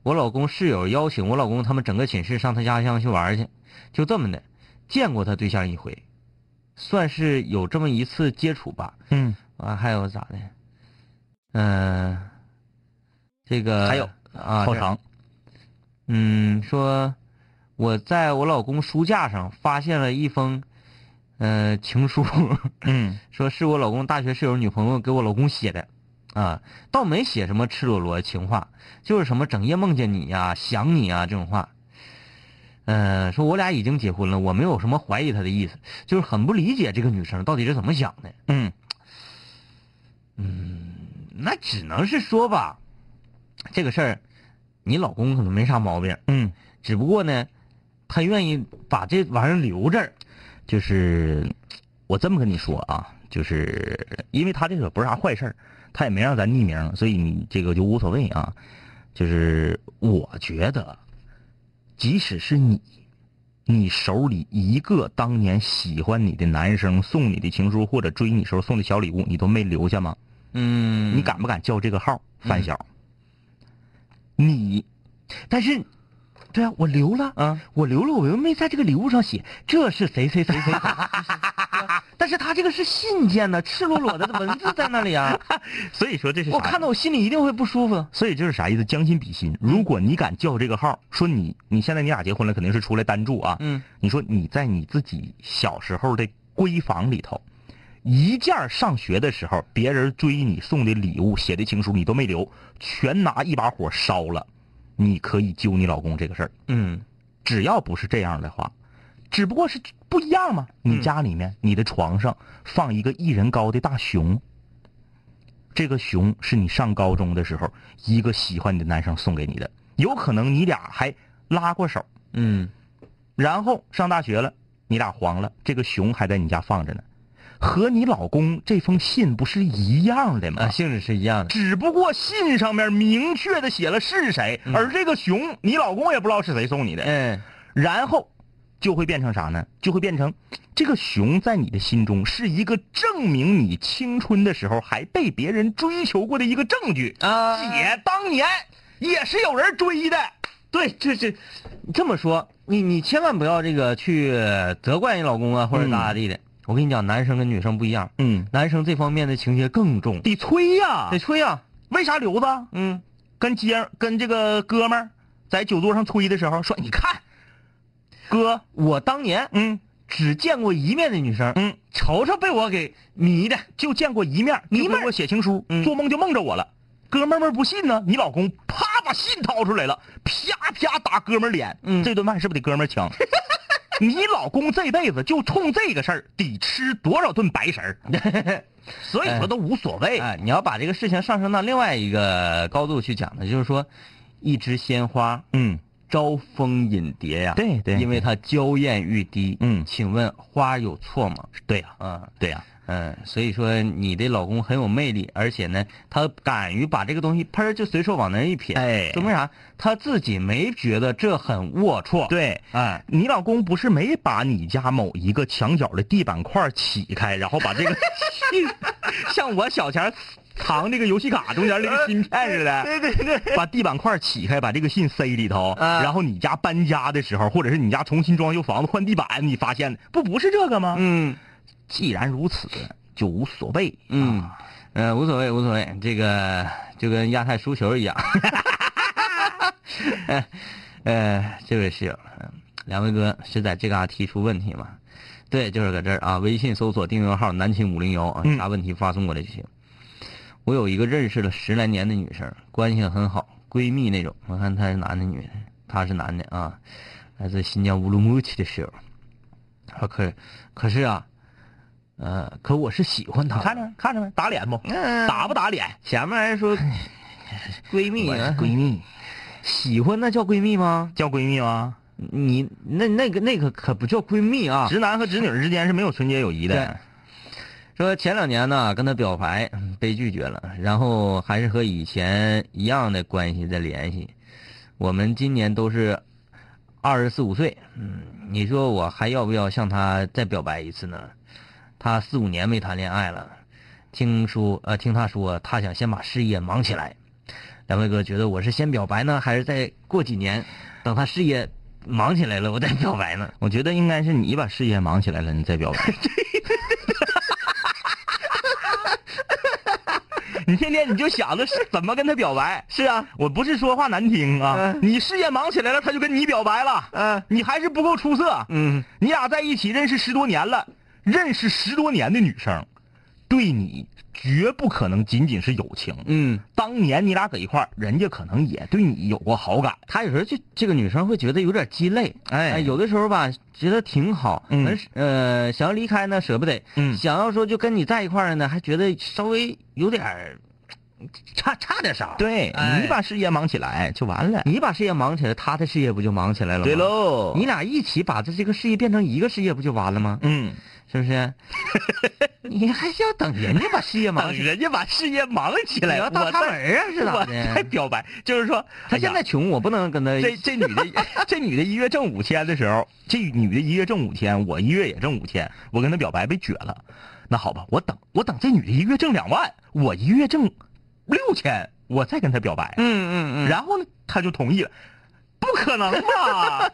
Speaker 5: 我老公室友邀请我老公他们整个寝室上他家乡去玩去，就这么的，见过他对象一回，算是有这么一次接触吧。
Speaker 4: 嗯，
Speaker 5: 啊，还有咋的？嗯、这个
Speaker 4: 还有
Speaker 5: 啊，
Speaker 4: 好
Speaker 5: 这
Speaker 4: 长，
Speaker 5: 嗯，说我在我老公书架上发现了一封，呃，情书。
Speaker 4: 嗯
Speaker 5: 说是我老公大学室友女朋友给我老公写的，啊，倒没写什么赤裸裸的情话，就是什么整夜梦见你呀、想你啊这种话。呃，说我俩已经结婚了，我没有什么怀疑她的意思，就是很不理解这个女生到底是怎么想的。嗯
Speaker 4: 嗯
Speaker 5: 那只能是说吧，这个事儿，你老公可能没啥毛病，
Speaker 4: 嗯，
Speaker 5: 只不过呢，他愿意把这玩意儿留这儿，
Speaker 4: 就是我这么跟你说啊，就是因为他这个不是啥坏事儿，他也没让咱匿名，所以你这个就无所谓啊。就是我觉得，即使是你，你手里一个当年喜欢你的男生送你的情书或者追你时候送的小礼物，你都没留下吗？
Speaker 5: 嗯
Speaker 4: 你
Speaker 5: 你
Speaker 4: 敢
Speaker 5: 敢
Speaker 4: 不敢叫这个号范
Speaker 5: 嗯
Speaker 4: 晓？你，但是，对啊，我留了
Speaker 5: 啊，
Speaker 4: 我留了，我又没在这个礼物上写这是谁谁谁谁 谁。
Speaker 5: 但是他这个是信件呢，赤裸裸的文字在那里啊，
Speaker 4: 所以说这是
Speaker 5: 我
Speaker 4: 啥
Speaker 5: 看到我心里一定会不舒服的。
Speaker 4: 所以这是啥意思？将心比心。如果你敢叫这个号，说你你现在你俩结婚了，肯定是出来单住啊。
Speaker 5: 嗯，
Speaker 4: 你说你在你自己小时候的闺房里头，一件儿上学的时候别人追你送的礼物、写的情书你都没留，全拿一把火烧了，你可以揪你老公这个事儿。
Speaker 5: 嗯
Speaker 4: 只要不是这样的话，只不过是不一样嘛。
Speaker 5: 嗯
Speaker 4: 你家里面，你的床上放一个一人高的大熊，这个熊是你上高中的时候一个喜欢你的男生送给你的，有可能你俩还拉过手。
Speaker 5: 嗯
Speaker 4: 然后上大学了，你俩黄了，这个熊还在你家放着呢，和你老公这封信不是一样的吗？
Speaker 5: 啊，性质是一样的。
Speaker 4: 只不过信上面明确的写了是谁，
Speaker 5: 嗯
Speaker 4: 而这个熊你老公也不知道是谁送你的。
Speaker 5: 哎，
Speaker 4: 然后就会变成啥呢？就会变成这个熊在你的心中是一个证明你青春的时候还被别人追求过的一个证据。
Speaker 5: 啊
Speaker 4: 姐当年也是有人追的，
Speaker 5: 对，这这这么说，你你千万不要这个去呃责怪你老公啊，或者咋咋地的。我跟你讲，男生跟女生不一样，
Speaker 4: 嗯，
Speaker 5: 男生这方面的情节更重，
Speaker 4: 得催呀、
Speaker 5: 得吹啊。
Speaker 4: 为啥留子？
Speaker 5: 嗯
Speaker 4: 跟街上跟这个哥们儿在酒桌上吹的时候说，你看，哥，
Speaker 5: 我当年
Speaker 4: 嗯，
Speaker 5: 只见过一面的女生，
Speaker 4: 嗯，
Speaker 5: 瞅瞅被我给迷的，
Speaker 4: 就见过一面，
Speaker 5: 一
Speaker 4: 你
Speaker 5: 面
Speaker 4: 给我写情书，
Speaker 5: 嗯
Speaker 4: 做梦就梦着我了。哥们儿们不信呢，你老公啪把信掏出来了，啪啪打哥们儿脸。
Speaker 5: 嗯
Speaker 4: 这顿饭是不是得哥们儿请？ 你老公这辈子就冲这个事儿得吃多少顿白食 儿？所以说都无所谓。
Speaker 5: 哎，你要把这个事情上升到另外一个高度去讲呢，就是说，一枝鲜花
Speaker 4: 嗯，
Speaker 5: 招蜂引蝶呀、
Speaker 4: 对对
Speaker 5: 因为它娇艳欲滴。
Speaker 4: 嗯
Speaker 5: 请问花有错吗？
Speaker 4: 对呀、
Speaker 5: 啊，
Speaker 4: 对呀、
Speaker 5: 嗯，所以说你的老公很有魅力，而且呢，他敢于把这个东西喷儿就随手往那儿一撇，
Speaker 4: 哎
Speaker 5: 说明啥？他自己没觉得这很龌龊。，
Speaker 4: 对。
Speaker 5: 哎，
Speaker 4: 你老公不是没把你家某一个墙角的地板块起开，然后把这个 像我小前儿藏这个游戏卡中间那个芯片似 的，对对对，把地板块起开，把这个信塞里头，
Speaker 5: 啊
Speaker 4: 然后你家搬家的时候，或者是你家重新装修房子换地板，你发现不不是这个吗？
Speaker 5: 嗯
Speaker 4: 既然如此，就无所谓。
Speaker 5: 嗯
Speaker 4: 啊，
Speaker 5: 呃，无所谓，无所谓，这个就跟亚太输球一样。 呃，这位室友，嗯两位哥是在这嘎提出问题吗？对，就是搁这儿啊，微信搜索订阅号“南青五零幺”啊，
Speaker 4: 嗯
Speaker 5: 啥问题发送过来就行。我有一个认识了十来年的女生，关系很好，闺蜜那种。我看她是男的女的，她是男的啊，来自新疆乌鲁木齐的室友。啊，可可是啊，呃，可我是喜欢她
Speaker 4: 你
Speaker 5: 的，
Speaker 4: 看着没看着没？打脸不？
Speaker 5: 嗯
Speaker 4: 打不打脸？
Speaker 5: 前面还说闺蜜
Speaker 4: 哎我是
Speaker 5: 啊，
Speaker 4: 闺蜜
Speaker 5: 喜欢那叫闺蜜吗？
Speaker 4: 叫闺蜜吗？
Speaker 5: 你那那个那个可不叫闺蜜啊。
Speaker 4: 直男和直女之间是没有纯洁友谊的。
Speaker 5: 说前两年呢，跟她表白嗯被拒绝了，然后还是和以前一样的关系在联系。我们今年都是二十四五岁，嗯，你说我还要不要向她再表白一次呢？她四五年没谈恋爱了，听说呃，听她说她想先把事业忙起来。两位哥觉得我是先表白呢，还是再过几年，等她事业忙起来了，我再表白呢？
Speaker 4: 我觉得应该是你把事业忙起来了，你再表 白。你天天你就想着是怎么跟他表白？是啊，我不是说话难听啊，你事业忙起来了，他就跟你表白了。
Speaker 5: 嗯
Speaker 4: 你还是不够出色。
Speaker 5: 嗯，
Speaker 4: 你俩在一起认识十多年了，认识十多年的女生，对你绝不可能仅仅是友情。
Speaker 5: 嗯。
Speaker 4: 当年你俩搁一块儿，人家可能也对你有过好感。
Speaker 5: 她有时候就这个女生会觉得有点鸡肋，
Speaker 4: 哎
Speaker 5: 有的时候吧，觉得挺好，
Speaker 4: 嗯
Speaker 5: 完事呃，想要离开呢舍不得，
Speaker 4: 嗯
Speaker 5: 想要说就跟你在一块儿呢，还觉得稍微有点儿差差点啥，，
Speaker 4: 对、
Speaker 5: 哎
Speaker 4: 你把事业忙起来就完了。
Speaker 5: 你把事业忙起来，她的事业不就忙起来了吗？
Speaker 4: 对，喽，
Speaker 5: 你俩一起把这这个事业变成一个事业，不就完了吗？
Speaker 4: 嗯。
Speaker 5: 是不 是？你还是要等人家把事业忙
Speaker 4: 等
Speaker 5: 起 来，
Speaker 4: 人家把事业忙起来，
Speaker 5: 你要
Speaker 4: 我
Speaker 5: 当
Speaker 4: 再
Speaker 5: 他门儿啊，是咋
Speaker 4: 我再
Speaker 5: 的？
Speaker 4: 表白，就是说，
Speaker 5: 她现
Speaker 4: 哎
Speaker 5: 在
Speaker 4: 呀
Speaker 5: 穷，我不能跟她
Speaker 4: 这这女的， 这女的一月挣五千的时候，这女的一月挣五千，我一月也挣五千，我跟她表白被撅了。那好吧，我等我等这女的一月挣两万，我一月挣六千，我再跟她表白。
Speaker 5: 嗯嗯嗯，
Speaker 4: 然后呢，她就同意了。不可能吧？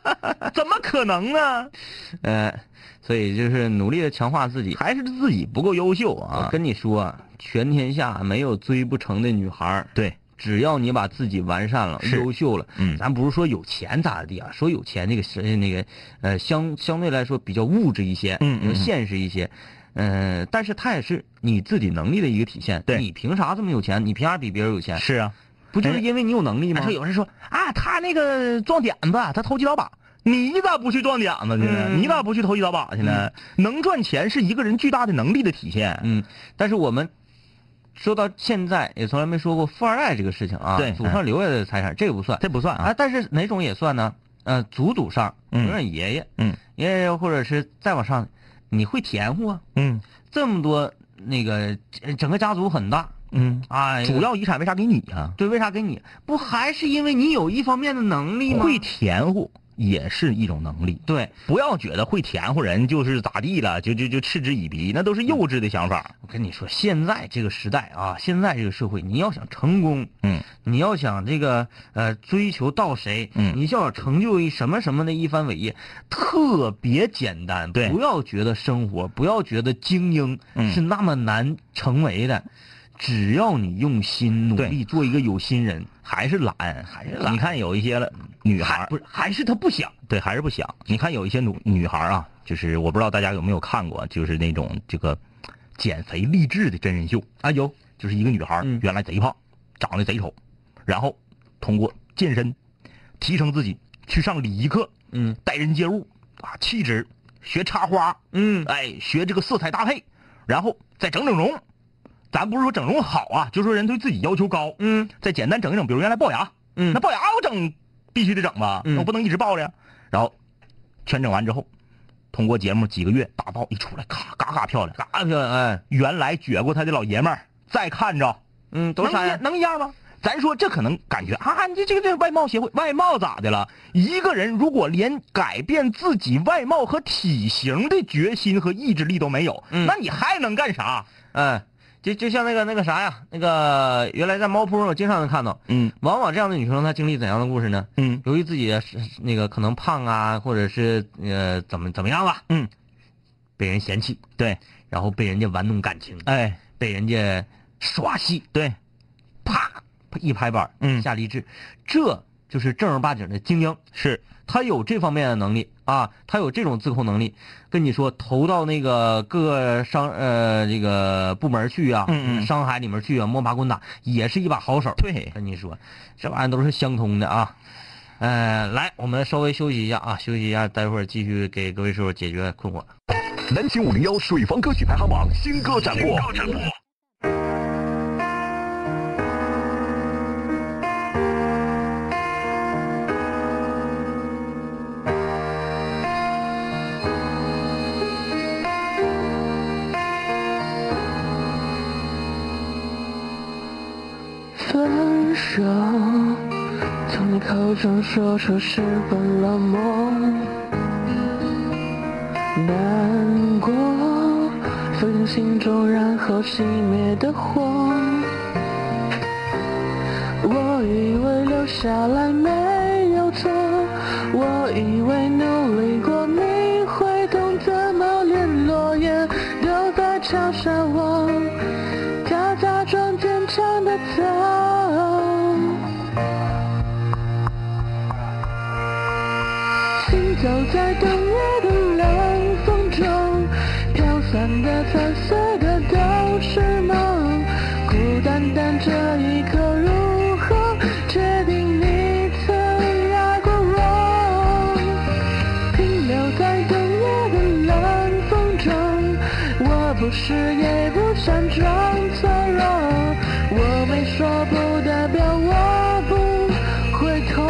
Speaker 4: 怎么可能呢？
Speaker 5: 呃，所以就是努力的强化自己。
Speaker 4: 还是自己不够优秀
Speaker 5: 我
Speaker 4: 啊！
Speaker 5: 跟你说啊，全天下没有追不成的女孩儿
Speaker 4: 对，
Speaker 5: 只要你把自己完善了、
Speaker 4: 是
Speaker 5: 优秀了，
Speaker 4: 嗯
Speaker 5: 咱不是说有钱咋地啊，说有钱这个是那个，呃，相相对来说比较物质一些，
Speaker 4: 嗯
Speaker 5: 比较
Speaker 4: 嗯嗯
Speaker 5: 现实一些，嗯、但是它也是你自己能力的一个体现。
Speaker 4: 对
Speaker 5: 你凭啥这么有钱？你凭啥比别人有钱？
Speaker 4: 是啊。
Speaker 5: 不就是因为你有能力吗
Speaker 4: 然？后有人说啊，他那个撞点子，他投机倒把。你咋不去撞点子去呢？
Speaker 5: 嗯
Speaker 4: 你咋不去投机倒把去呢？能赚钱是一个人巨大的能力的体现。
Speaker 5: 嗯，但是我们说到现在也从来没说过富二代这个事情啊，
Speaker 4: 对
Speaker 5: 祖上留下的财产这个不算
Speaker 4: 这不算
Speaker 5: 啊，
Speaker 4: 啊，
Speaker 5: 但是哪种也算呢？呃，祖祖上，比
Speaker 4: 嗯
Speaker 5: 如说爷爷，
Speaker 4: 嗯
Speaker 5: 爷爷或者是再往上，你会田户啊，
Speaker 4: 嗯
Speaker 5: 这么多那个呃整个家族很大
Speaker 4: 嗯，
Speaker 5: 啊，
Speaker 4: 主要遗产为啥给你啊？
Speaker 5: 对，为啥给你？不还是因为你有一方面的能力吗？
Speaker 4: 会甜乎也是一种能力，
Speaker 5: 对，
Speaker 4: 不要觉得会甜乎人就是咋地了，就就就嗤之以鼻，那都是幼稚的想法。
Speaker 5: 我跟你说，现在这个时代啊，现在这个社会，你要想成功，
Speaker 4: 嗯，
Speaker 5: 你要想这个呃追求到谁，
Speaker 4: 嗯
Speaker 5: 你就要成就一什么什么的一番伟业，特别简单。
Speaker 4: 对
Speaker 5: 不要觉得生活，不要觉得精英
Speaker 4: 嗯
Speaker 5: 是那么难成为的，只要你用心努
Speaker 4: 对
Speaker 5: 力，做一个有心人，
Speaker 4: 还是懒，还是懒。你看有一些了女孩
Speaker 5: 嗯还
Speaker 4: 儿，
Speaker 5: 不是还是他不想。
Speaker 4: 对，还是不想。你看有一些女女孩儿啊，就是我不知道大家有没有看过，就是那种这个减肥励志的真人秀
Speaker 5: 啊，有
Speaker 4: 就是一个女孩儿
Speaker 5: 嗯
Speaker 4: 原来贼胖，长得贼丑，然后通过健身提升自己，去上礼仪课，
Speaker 5: 嗯
Speaker 4: 待人接物啊，气质，学插花，
Speaker 5: 嗯
Speaker 4: 哎，学这个色彩搭配，然后再整整容。咱不是说整容好啊，就说人对自己要求高，
Speaker 5: 嗯
Speaker 4: 再简单整一整，比如原来龅牙，
Speaker 5: 嗯
Speaker 4: 那龅牙我整必须得整吧，
Speaker 5: 嗯
Speaker 4: 我不能一直龅着呀。然后全整完之后，通过节目几个月大爆一出来，咔嘎嘎漂亮。
Speaker 5: 嘎漂亮哎
Speaker 4: 原来撅过他的老爷们儿再看着，
Speaker 5: 嗯都
Speaker 4: 能
Speaker 5: 啥
Speaker 4: 一
Speaker 5: 呀？
Speaker 4: 能一样吗？咱说这可能感觉啊，你这这个这外貌协会外貌咋的了？一个人如果连改变自己外貌和体型的决心和意志力都没有，
Speaker 5: 嗯
Speaker 4: 那你还能干啥？
Speaker 5: 哎，就就像那个那个啥呀，那个原来在猫扑上我经常能看到，
Speaker 4: 嗯
Speaker 5: 往往这样的女生她经历怎样的故事呢？
Speaker 4: 嗯
Speaker 5: 由于自己的是那个可能胖啊，或者是呃怎么怎么样吧，
Speaker 4: 嗯，
Speaker 5: 被人嫌弃，
Speaker 4: 对，
Speaker 5: 然后被人家玩弄感情，
Speaker 4: 哎，
Speaker 5: 被人家耍戏，
Speaker 4: 对，
Speaker 5: 啪一拍板，
Speaker 4: 嗯
Speaker 5: 下励志，这就是正儿八经的精英，
Speaker 4: 是，
Speaker 5: 他有这方面的能力啊，他有这种自控能力。跟你说，投到那个各个商呃这个部门去啊，
Speaker 4: 嗯嗯
Speaker 5: 商海里面去啊，摸爬滚打也是一把好手。
Speaker 4: 对，
Speaker 5: 跟你说，这玩意儿都是相通的啊。呃，来，我们稍微休息一下啊，休息一下，待会儿继续给各位室友解决困惑。
Speaker 1: 南秦五零幺水房歌曲排行榜新歌展播。
Speaker 2: 分手，从你口中说出是本了梦，难过飞进心中，然后熄灭的火。我以为留下来没有错，我以为努力过你会懂怎么联络，也都在嘲笑我，假假装坚强的走。行走在冬夜的冷风中，飘散的、踩碎的都是梦。孤单单这一刻，如何确定你曾爱过我？停留在冬夜的冷风中，我不是也不想装脆弱，我没说不代表我不会痛。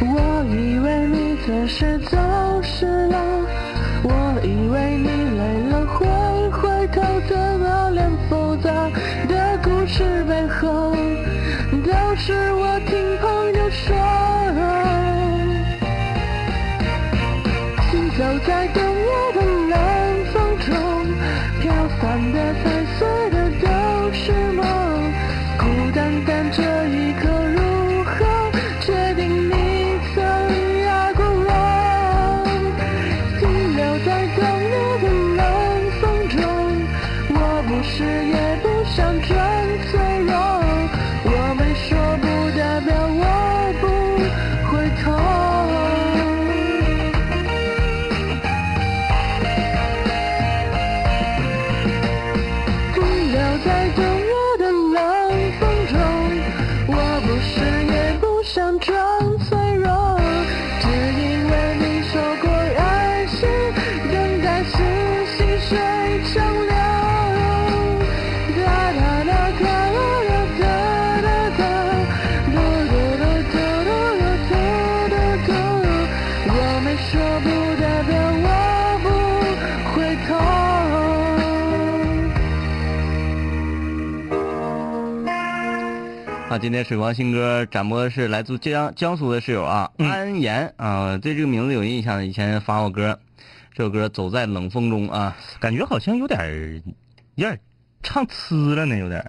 Speaker 2: 我以为你的事走失了，我以为你累了会回头，怎么连复杂的故事背后都是我听朋友说。行走在冬夜的冷风中，飘散的、踩碎的都是梦。孤单单这一刻，如何确定你曾爱过我？停留在冬夜的冷风中，我不是也不想装脆弱，我没说不代表我不会痛。停留在冬夜的冷风中，我不是也不想装脆弱，只因为你说过爱是等待是细水长流。哒哒哒哒哒哒哒哒，嘟嘟嘟嘟嘟嘟嘟嘟，我没说不代表我不会痛。
Speaker 5: 啊，今天水王新歌展播的是来自江江苏的室友啊，
Speaker 4: 嗯
Speaker 5: 安岩啊，对这个名字有印象，以前发过歌，这首歌《走在冷风中》啊，
Speaker 4: 感觉好像有点儿有点儿
Speaker 5: 唱呲了呢，有点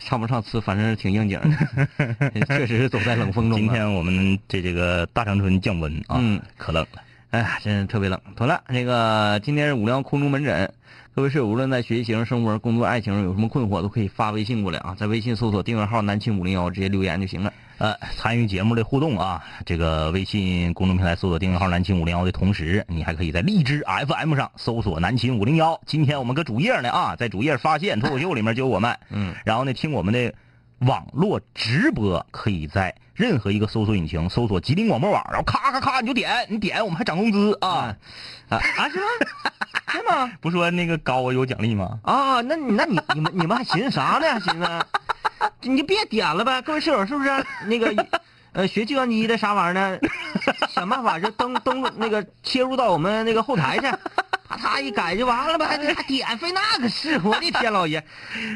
Speaker 5: 唱不唱呲，反正是挺应景 的，确实是走在冷风中、啊。
Speaker 4: 今天我们这这个大长春降温啊，
Speaker 5: 嗯，
Speaker 4: 可冷了。
Speaker 5: 哎呀，真是特别冷。妥了，哎这个今天是五聊空中门诊，各位室友无论在学习型、生活、工作、爱情上有什么困惑，都可以发微信过来啊，在微信搜索订阅号“南青五零幺”，直接留言就行了。
Speaker 4: 呃，参与节目的互动啊，这个微信公众平台搜索订阅号“南秦五零幺”的同时，你还可以在荔枝 FM 上搜索“南秦五零幺”。今天我们搁主页呢啊，在主页发现脱口秀里面就有我们，
Speaker 5: 嗯，
Speaker 4: 然后呢听我们的网络直播，可以在任何一个搜索引擎搜索吉林广播网，然后咔咔咔你就点，你点我们还涨工资啊
Speaker 5: 啊啊！是吗？真吗？
Speaker 4: 嗯不说那个高有奖励吗？
Speaker 5: 啊，那你那你你们你们还寻思啥呢？还寻思？你就别点了呗，各位室友是不是？那个，呃，学计算机的啥玩意儿呢？想办法就登登录那个切入到我们那个后台去，啪嗒一改就完了呗，还点费那个事？我的天老爷，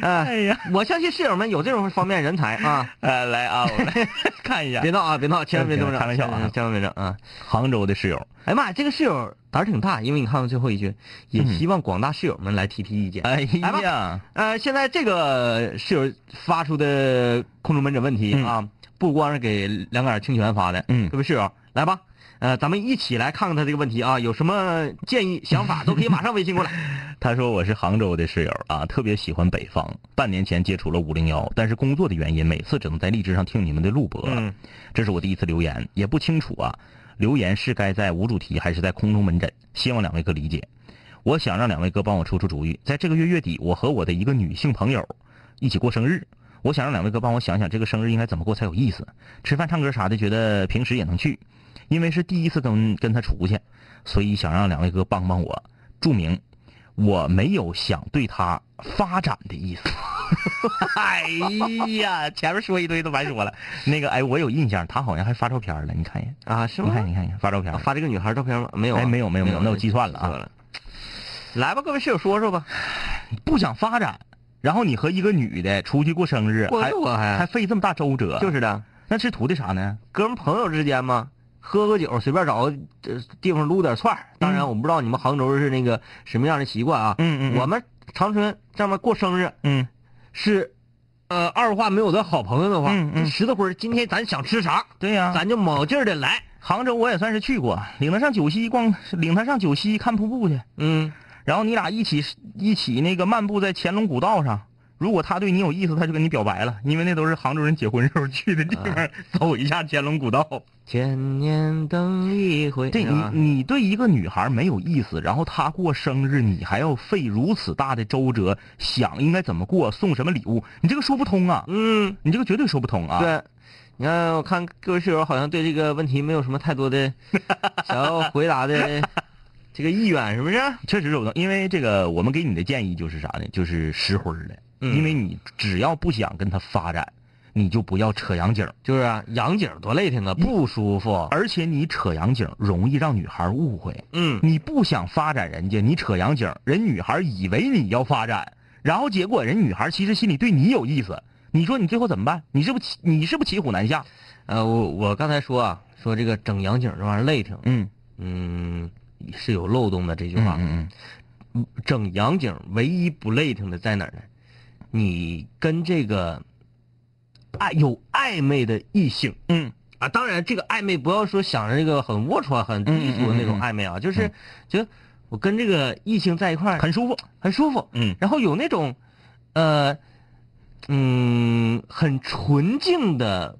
Speaker 5: 啊、
Speaker 4: 哎呀，
Speaker 5: 我相信室友们有这种方面人才啊！
Speaker 4: 呃，来啊，我们来看一下
Speaker 5: 别闹啊，别闹，千万别这么整，
Speaker 4: 开玩笑啊
Speaker 5: 千万别整啊！
Speaker 4: 杭州的室友，
Speaker 5: 哎呀妈呀，这个室友胆儿挺大，因为你看看最后一句，也
Speaker 4: 嗯
Speaker 5: 希望广大室友们来提提意见。
Speaker 4: 哎
Speaker 5: 来
Speaker 4: 呀，
Speaker 5: 呃，现在这个室友发出的空中门诊问题啊，不光是给两杆清泉发的，
Speaker 4: 嗯
Speaker 5: 各位室友，来吧，呃，咱们一起来看看他这个问题啊，有什么建议、想法都可以马上微信过 来。
Speaker 4: 他说我是杭州的室友啊，特别喜欢北方。半年前接触了五零幺，但是工作的原因，每次只能在荔枝上听你们的录播。
Speaker 5: 嗯，
Speaker 4: 这是我第一次留言，也不清楚啊，留言是该在无主题还是在空中门诊？希望两位哥理解。我想让两位哥帮我出出主意，在这个月月底，我和我的一个女性朋友一起过生日。我想让两位哥帮我想想，这个生日应该怎么过才有意思？吃饭、唱歌啥的，觉得平时也能去，因为是第一次跟跟他出去，所以想让两位哥帮帮我。注明，我没有想对他发展的意思。 哎呀，前面说一堆都白说了。那个，哎，我有印象，他好像还发照片了，你看一眼，
Speaker 5: 啊，是
Speaker 4: 你
Speaker 5: 吗？
Speaker 4: 看，你看，你看，发照片
Speaker 5: 啊
Speaker 4: 了。
Speaker 5: 发这个女孩照片吗？没有、啊，
Speaker 4: 哎，没有，没有，没有，那我记串了
Speaker 5: 错
Speaker 4: 啊。
Speaker 5: 了来吧，各位室友说说吧，
Speaker 4: 不想发展，然后你和一个女的出去过生日，
Speaker 5: 我
Speaker 4: 还
Speaker 5: 我还
Speaker 4: 还费这么大周折，
Speaker 5: 就是的，
Speaker 4: 那是图的啥呢？
Speaker 5: 哥们朋友之间嘛，喝个酒，随便找个呃地方撸点串儿当然，我不知道你们杭州是那个什么样的习惯啊。
Speaker 4: 嗯
Speaker 5: 我们长春这边过生日
Speaker 4: 嗯
Speaker 5: 是，呃，二话没有的好朋友的话，
Speaker 4: 嗯嗯啊
Speaker 5: 这石头辉儿今天咱想吃啥，
Speaker 4: 对呀、
Speaker 5: 咱就卯劲儿的来。
Speaker 4: 杭州我也算是去过，领他上九溪逛，领他上九溪看瀑布去，
Speaker 5: 嗯，
Speaker 4: 然后你俩一起一起那个漫步在乾隆古道上。如果他对你有意思，他就跟你表白了，因为那都是杭州人结婚时候去的地方，
Speaker 5: 啊
Speaker 4: 走一下乾隆古
Speaker 5: 哎
Speaker 4: 道。
Speaker 5: 千年等一回。
Speaker 4: 对
Speaker 5: 是吧
Speaker 4: 你，你对一个女孩没有意思，然后她过生日，你还要费如此大的周折，想应该怎么过，送什么礼物，你这个说不通啊，
Speaker 5: 嗯，
Speaker 4: 你这个绝对说不通啊。，
Speaker 5: 对。你看，我看各位室友好像对这个问题没有什么太 多的想要回答的这个意愿，是不是？
Speaker 4: 确实说不通，因为这个我们给你的建议就是啥呢？就是实婚儿的，
Speaker 5: 嗯
Speaker 4: 因为你只要不想跟她发展，你就不要扯洋景儿，
Speaker 5: 就是啊，养景儿多累挺啊，不舒服。
Speaker 4: 而且你扯洋景儿容易让女孩误会。
Speaker 5: 嗯，
Speaker 4: 你不想发展人家，你扯洋景儿，人女孩以为你要发展，然后结果人女孩其实心里对你有意思，你说你最后怎么办？你是不是骑你是不是骑虎难下？
Speaker 5: 呃，我我刚才说啊，说这个整养景儿这玩意儿累挺，
Speaker 4: 嗯，
Speaker 5: 嗯，是有漏洞的这句
Speaker 4: 嗯
Speaker 5: 话。
Speaker 4: 嗯
Speaker 5: 整养景儿唯一不累挺的在哪儿呢？你跟这个爱有暧昧的异性
Speaker 4: 嗯
Speaker 5: 啊，当然这个暧昧不要说想着这个很龌龊、很低俗的那种暧昧啊，就是就我跟这个异性在一块儿
Speaker 4: 嗯，很舒服。
Speaker 5: 很舒服，
Speaker 4: 嗯
Speaker 5: 然后有那种，呃，嗯，很纯净的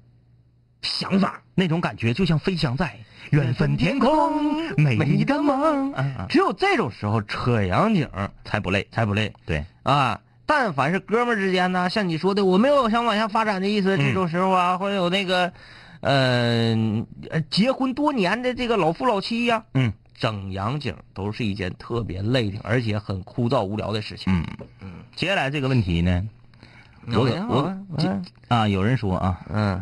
Speaker 5: 想法，
Speaker 4: 那种感觉就像飞翔在远方天空，美丽的梦。啊啊，
Speaker 5: 只有这种时候扯洋景儿
Speaker 4: 才不累，
Speaker 5: 才不累
Speaker 4: 对，
Speaker 5: 啊。但凡是哥们儿之间呢，像你说的，我没有想往下发展的意思，
Speaker 4: 嗯
Speaker 5: 这种时候啊，会有那个，呃，呃结婚多年的这个老夫老妻呀、
Speaker 4: 嗯
Speaker 5: 整洋景儿都是一件特别累挺，而且很枯燥无聊的事情。
Speaker 4: 嗯嗯。接下来这个问题呢，我
Speaker 5: 我
Speaker 4: 我
Speaker 5: 我
Speaker 4: 啊，有人说啊，
Speaker 5: 嗯，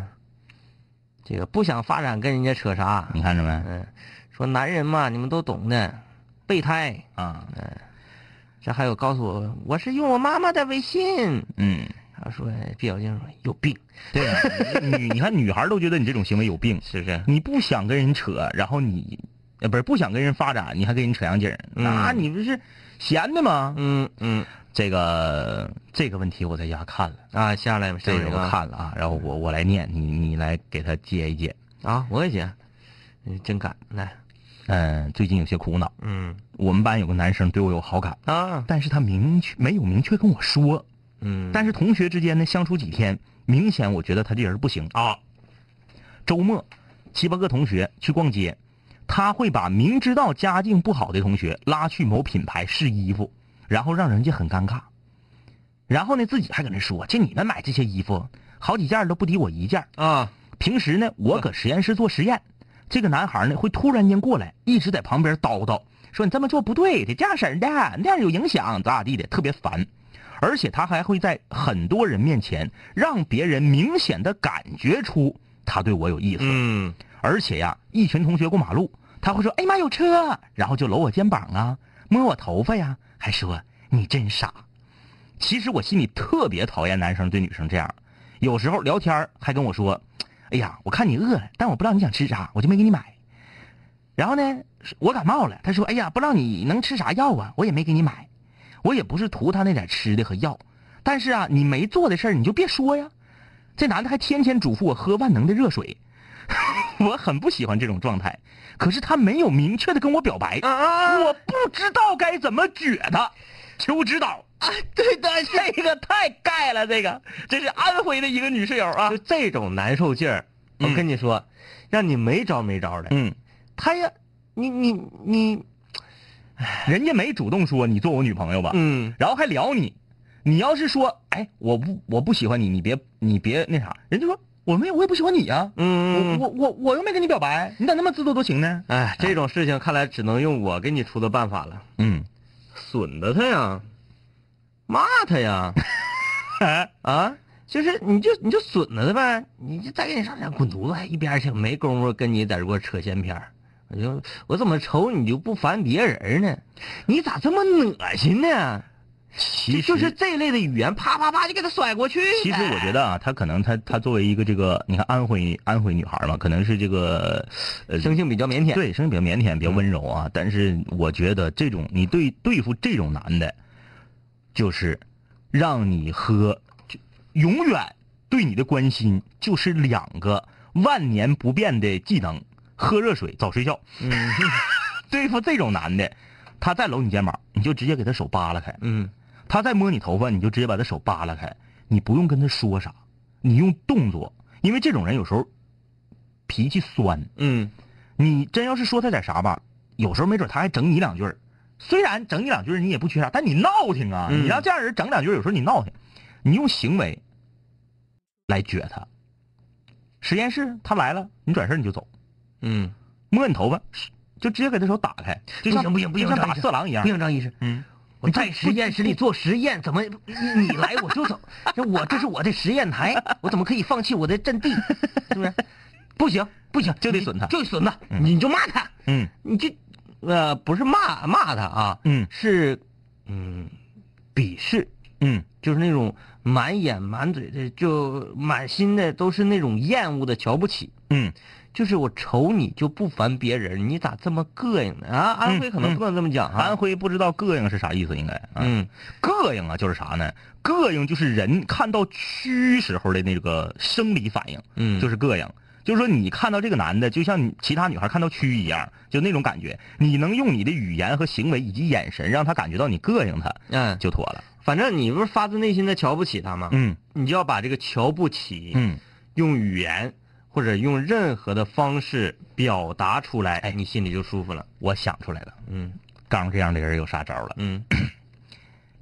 Speaker 5: 这个不想发展跟人家扯啥？
Speaker 4: 你看着没
Speaker 5: 嗯，说男人嘛，你们都懂的，备胎。
Speaker 4: 啊？
Speaker 5: 这还有告诉我，我是用我妈妈的微信。
Speaker 4: 嗯，
Speaker 5: 他说毕小静说有病，
Speaker 4: 对啊，女你看女孩都觉得你这种行为有病。
Speaker 5: 是不是？
Speaker 4: 你不想跟人扯，然后你，呃，不是不想跟人发展，你还跟人扯洋景儿，
Speaker 5: 嗯
Speaker 4: 那你不是闲的吗？
Speaker 5: 嗯嗯，
Speaker 4: 这个这个问题我在家看了，
Speaker 5: 啊，下来吧，下
Speaker 4: 这
Speaker 5: 来
Speaker 4: 个
Speaker 5: 吧
Speaker 4: 我看了啊，然后我我来念，你你来给他解一解。
Speaker 5: 啊，我也姐，你真敢来，
Speaker 4: 嗯，最近有些苦恼，
Speaker 5: 嗯
Speaker 4: 我们班有个男生对我有好感，
Speaker 5: 啊，
Speaker 4: 但是他明确没有明确跟我说，
Speaker 5: 嗯，
Speaker 4: 但是同学之间呢相处几天，明显我觉得他这人不行啊。周末，七八个同学去逛街，他会把明知道家境不好的同学拉去某品牌试衣服，然后让人家很尴尬。然后呢，自己还搁那说：“这你们买这些衣服，好几件都不抵我一件。”
Speaker 5: 啊，
Speaker 4: 平时呢，我搁实验室做实验，这个男孩呢会突然间过来，一直在旁边叨叨，说你这么做不对，得这样式儿的，那样有影响，咋咋地的，特别烦。而且他还会在很多人面前让别人明显的感觉出他对我有意思。
Speaker 5: 嗯
Speaker 4: 而且呀，一群同学过马路，他会说：“哎呀妈，有车！”然后就搂我肩膀啊，摸我头发呀，还说你真傻。其实我心里特别讨厌男生对女生这样，有时候聊天儿还跟我说：“哎呀，我看你饿了，但我不知道你想吃啥，我就没给你买。”然后呢，我感冒了，他说：“哎呀，不知道你能吃啥药啊，我也没给你买。”我也不是图他那点吃的和药，但是啊，你没做的事儿你就别说呀。这男的还天天嘱咐我喝万能的热水， 我很不喜欢这种状态，可是他没有明确的跟我表白，我不知道该怎么撅他，求指导。啊，对的，这个太盖了，这个这是安徽的一个女室友啊
Speaker 5: 就，这种难受劲儿，我
Speaker 4: 嗯
Speaker 5: 跟你说，让你没着没着的，
Speaker 4: 嗯，
Speaker 5: 他呀，你你你，
Speaker 4: 人家没主动说你做我女朋友吧，
Speaker 5: 嗯
Speaker 4: 然后还聊你，你要是说，哎，我不我不喜欢你，你别你别那啥，人家说我没有我也不喜欢你呀、
Speaker 5: 嗯，
Speaker 4: 我我我我又没跟你表白，你咋那么自作多情呢？
Speaker 5: 哎，这种事情看来只能用我给你出的办法了，
Speaker 4: 嗯，
Speaker 5: 损的他呀，骂 他呀，
Speaker 4: 哎
Speaker 5: 啊，就是你就你就损了他呗，你就再给你上点滚犊子，还一边去，没工夫跟你在这给我扯闲篇儿我就我怎么瞅你就不烦别人呢？你咋这么恶心呢？
Speaker 4: 其
Speaker 5: 就
Speaker 4: 实
Speaker 5: 就是这类的语言，啪啪啪就给他甩过去呗。
Speaker 4: 其实我觉得啊，她可能她她作为一个这个，你看安徽安徽女孩嘛，可能是这个，呃，
Speaker 5: 生性比较腼腆。
Speaker 4: 对，声音比较腼腆，比较温柔啊。但是我觉得这种你对对付这种男的，就是让你喝，就永远对你的关心就是两个万年不变的技能：喝热水、早睡觉。
Speaker 5: 嗯
Speaker 4: 对付这种男的，他再搂你肩膀，你就直接给他手扒拉开。
Speaker 5: 嗯
Speaker 4: 他再摸你头发，你就直接把他手扒拉开，你不用跟他说啥，你用动作，因为这种人有时候脾气酸，
Speaker 5: 嗯
Speaker 4: 你真要是说他点啥吧，有时候没准他还整你两句儿虽然整你两句儿你也不缺啥，但你闹挺啊！
Speaker 5: 嗯
Speaker 4: 你让这样人整两句儿有时候你闹挺，你用行为来撅他。实验室他来了，你转身你就走，
Speaker 5: 嗯，
Speaker 4: 摸你头发，就直接给他手打开，就像
Speaker 5: 不行不行不行
Speaker 4: 就像打
Speaker 5: 张医生
Speaker 4: 色狼一样
Speaker 5: 不。行，张医师，
Speaker 4: 嗯，
Speaker 5: 我在实验室里做实验，怎么你来我就 走？这我这是我的实验台，我怎么可以放弃我的阵地？是不是？不行不行，
Speaker 4: 就得
Speaker 5: 你
Speaker 4: 损他
Speaker 5: 就得损他，
Speaker 4: 嗯
Speaker 5: 你就骂他，
Speaker 4: 嗯
Speaker 5: 你就呃不是骂骂他啊，
Speaker 4: 嗯
Speaker 5: 是嗯鄙视，
Speaker 4: 嗯
Speaker 5: 就是那种满眼满嘴的就满心的都是那种厌恶的瞧不起。
Speaker 4: 嗯，
Speaker 5: 就是我瞅你就不烦别人，你咋这么膈应呢？啊，安徽可能不能这么讲
Speaker 4: 嗯安
Speaker 5: 啊。
Speaker 4: 徽不知道膈应是啥意思，应该啊。
Speaker 5: 嗯
Speaker 4: 膈应啊，就是啥呢？膈应就是人看到蛆时候的那个生理反应，
Speaker 5: 嗯
Speaker 4: 就是膈应。就是说，你看到这个男的，就像你其他女孩看到蛆一样，就那种感觉。你能用你的语言和行为以及眼神，让他感觉到你膈应他，
Speaker 5: 嗯，
Speaker 4: 就妥了。
Speaker 5: 反正你不是发自内心的瞧不起他吗？
Speaker 4: 嗯
Speaker 5: 你就要把这个瞧不起，
Speaker 4: 嗯，
Speaker 5: 用语言或者用任何的方式表达出来，哎，你心里就舒服了。
Speaker 4: 我想出来了，
Speaker 5: 嗯
Speaker 4: 刚这样的人有啥招了？
Speaker 5: 嗯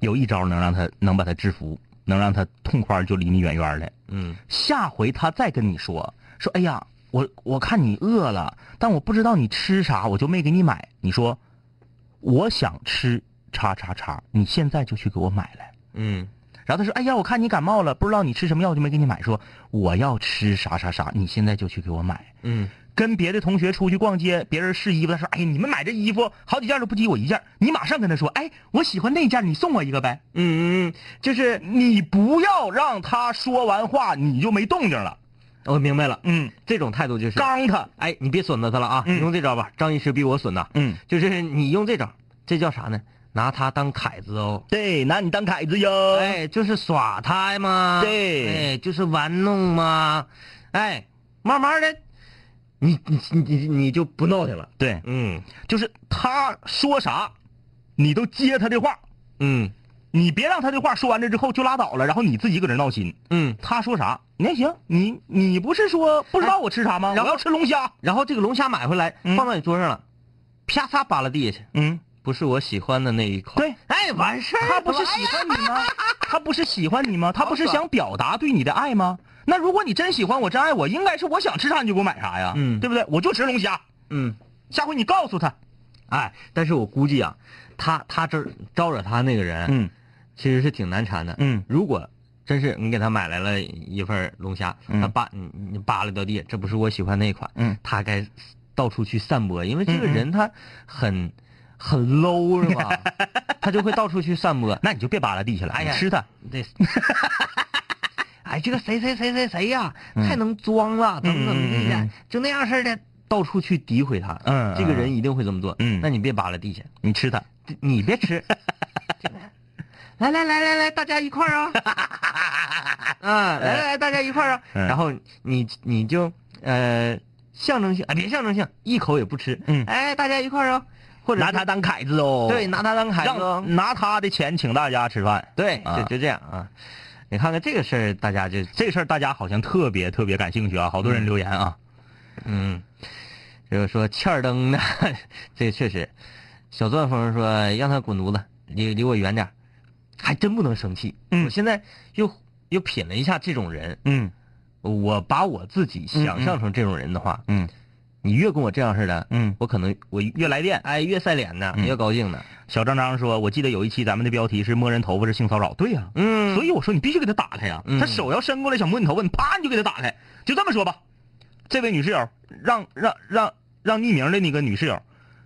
Speaker 4: 有一招能让他能把他制服，能让他痛快就离你远远的。
Speaker 5: 嗯
Speaker 4: 下回他再跟你说说，哎呀，我我看你饿了，但我不知道你吃啥，我就没给你买。你说，我想吃叉叉叉，你现在就去给我买来。
Speaker 5: 嗯
Speaker 4: 然后他说，哎呀，我看你感冒了，不知道你吃什么药，就没给你买。说我要吃啥啥啥，你现在就去给我买。
Speaker 5: 嗯
Speaker 4: 跟别的同学出去逛街，别人试衣服，他说，哎呀，你们买这衣服好几件都不及我一件，你马上跟他说，哎，我喜欢那件，你送我一个呗。
Speaker 5: 嗯嗯，
Speaker 4: 就是你不要让他说完话你就没动静了。
Speaker 5: 我哦明白了。
Speaker 4: 嗯，
Speaker 5: 这种态度就是，
Speaker 4: 刚他。
Speaker 5: 哎，你别损着他了啊！
Speaker 4: 嗯
Speaker 5: 你用这招吧，张医师比我损呐。
Speaker 4: 嗯
Speaker 5: 就是你用这招，这叫啥呢？拿他当凯子哦。
Speaker 4: 对，拿你当凯子哟。
Speaker 5: 哎，就是耍他嘛，
Speaker 4: 呃对
Speaker 5: 哎，就是玩弄嘛，哎，慢慢的，你你你你你就不闹挺了，
Speaker 4: 对，
Speaker 5: 嗯
Speaker 4: 就是他说啥，你都接他的话，
Speaker 5: 嗯
Speaker 4: 你别让他的话说完了之后就拉倒了，然后你自己搁这闹心。
Speaker 5: 嗯，
Speaker 4: 他说啥，你还行，你你不是说不知道我吃啥吗？
Speaker 5: 然
Speaker 4: 我
Speaker 5: 后
Speaker 4: 要吃龙虾。
Speaker 5: 哎然后这个龙虾买回来
Speaker 4: 嗯
Speaker 5: 放到你桌上了，啪嚓扒拉地下去，
Speaker 4: 嗯，
Speaker 5: 不是我喜欢的那一口，
Speaker 4: 对，
Speaker 5: 哎，完事儿，哎
Speaker 4: 他不是喜欢你吗？他不是喜欢你吗？他不是想表达对你的爱吗？那如果你真喜欢我，真爱我，应该是我想吃啥你就给我买啥呀，
Speaker 5: 嗯
Speaker 4: 对不对？我就吃龙虾，
Speaker 5: 嗯，
Speaker 4: 下回你告诉他，
Speaker 5: 哎，但是我估计啊，他他这儿招惹他那个人，
Speaker 4: 嗯
Speaker 5: 其实是挺难缠的。
Speaker 4: 嗯
Speaker 5: 如果真是你给他买来了一份龙虾，
Speaker 4: 嗯
Speaker 5: 他扒你你扒拉掉地，这不是我喜欢那款，
Speaker 4: 嗯
Speaker 5: 他该到处去散播，因为这个
Speaker 4: 嗯嗯
Speaker 5: 人他很很 low 是吧？他就会到处去散播。
Speaker 4: 那你就别扒拉地下了，
Speaker 5: 哎
Speaker 4: 你
Speaker 5: 呀，
Speaker 4: 吃它。
Speaker 5: 对。哎，这个谁谁谁谁谁呀、太能装了，怎么怎么地
Speaker 4: 嗯嗯
Speaker 5: 的
Speaker 4: 嗯，
Speaker 5: 就那样式儿的，到处去诋毁他。
Speaker 4: 嗯
Speaker 5: 这个
Speaker 4: 嗯
Speaker 5: 人一定会这么做。
Speaker 4: 嗯
Speaker 5: 那你别扒拉地下，
Speaker 4: 你吃它，
Speaker 5: 你别吃。 来来来来来，大家一块儿 啊！啊，来来来，大家一块儿啊！
Speaker 4: 嗯
Speaker 5: 然后你你就呃象征性啊，别象征性，一口也不吃。
Speaker 4: 嗯
Speaker 5: 哎，大家一块儿啊，或者
Speaker 4: 拿它
Speaker 5: 是
Speaker 4: 当凯子哦。
Speaker 5: 对，拿它当孩子哦。
Speaker 4: 让拿他的钱请大家吃饭。
Speaker 5: 对，
Speaker 4: 啊
Speaker 5: 就就这样啊。你看看这个事儿，大家就
Speaker 4: 这事儿大家好像特别特别感兴趣啊，好多人留言啊。
Speaker 5: 嗯，就是说欠儿灯呢， 这确实。小钻风说让他滚犊子，离离我远点儿，还真不能生气。
Speaker 4: 嗯
Speaker 5: 我现在又又品了一下这种人，
Speaker 4: 嗯
Speaker 5: 我把我自己想象成这种人的话，
Speaker 4: 嗯
Speaker 5: 你越跟我这样似的，
Speaker 4: 嗯，
Speaker 5: 我可能我
Speaker 4: 越来电。
Speaker 5: 哎越晒脸呢，
Speaker 4: 嗯
Speaker 5: 越高兴呢。
Speaker 4: 小张张说：“我记得有一期咱们的标题是摸人头发是性骚扰，对呀、
Speaker 5: 嗯
Speaker 4: 所以我说你必须给他打开呀、
Speaker 5: 嗯
Speaker 4: 他手要伸过来想摸你头发，你啪你就给他打开。就这么说吧，这位女室友，让让让让匿名的那个女室友，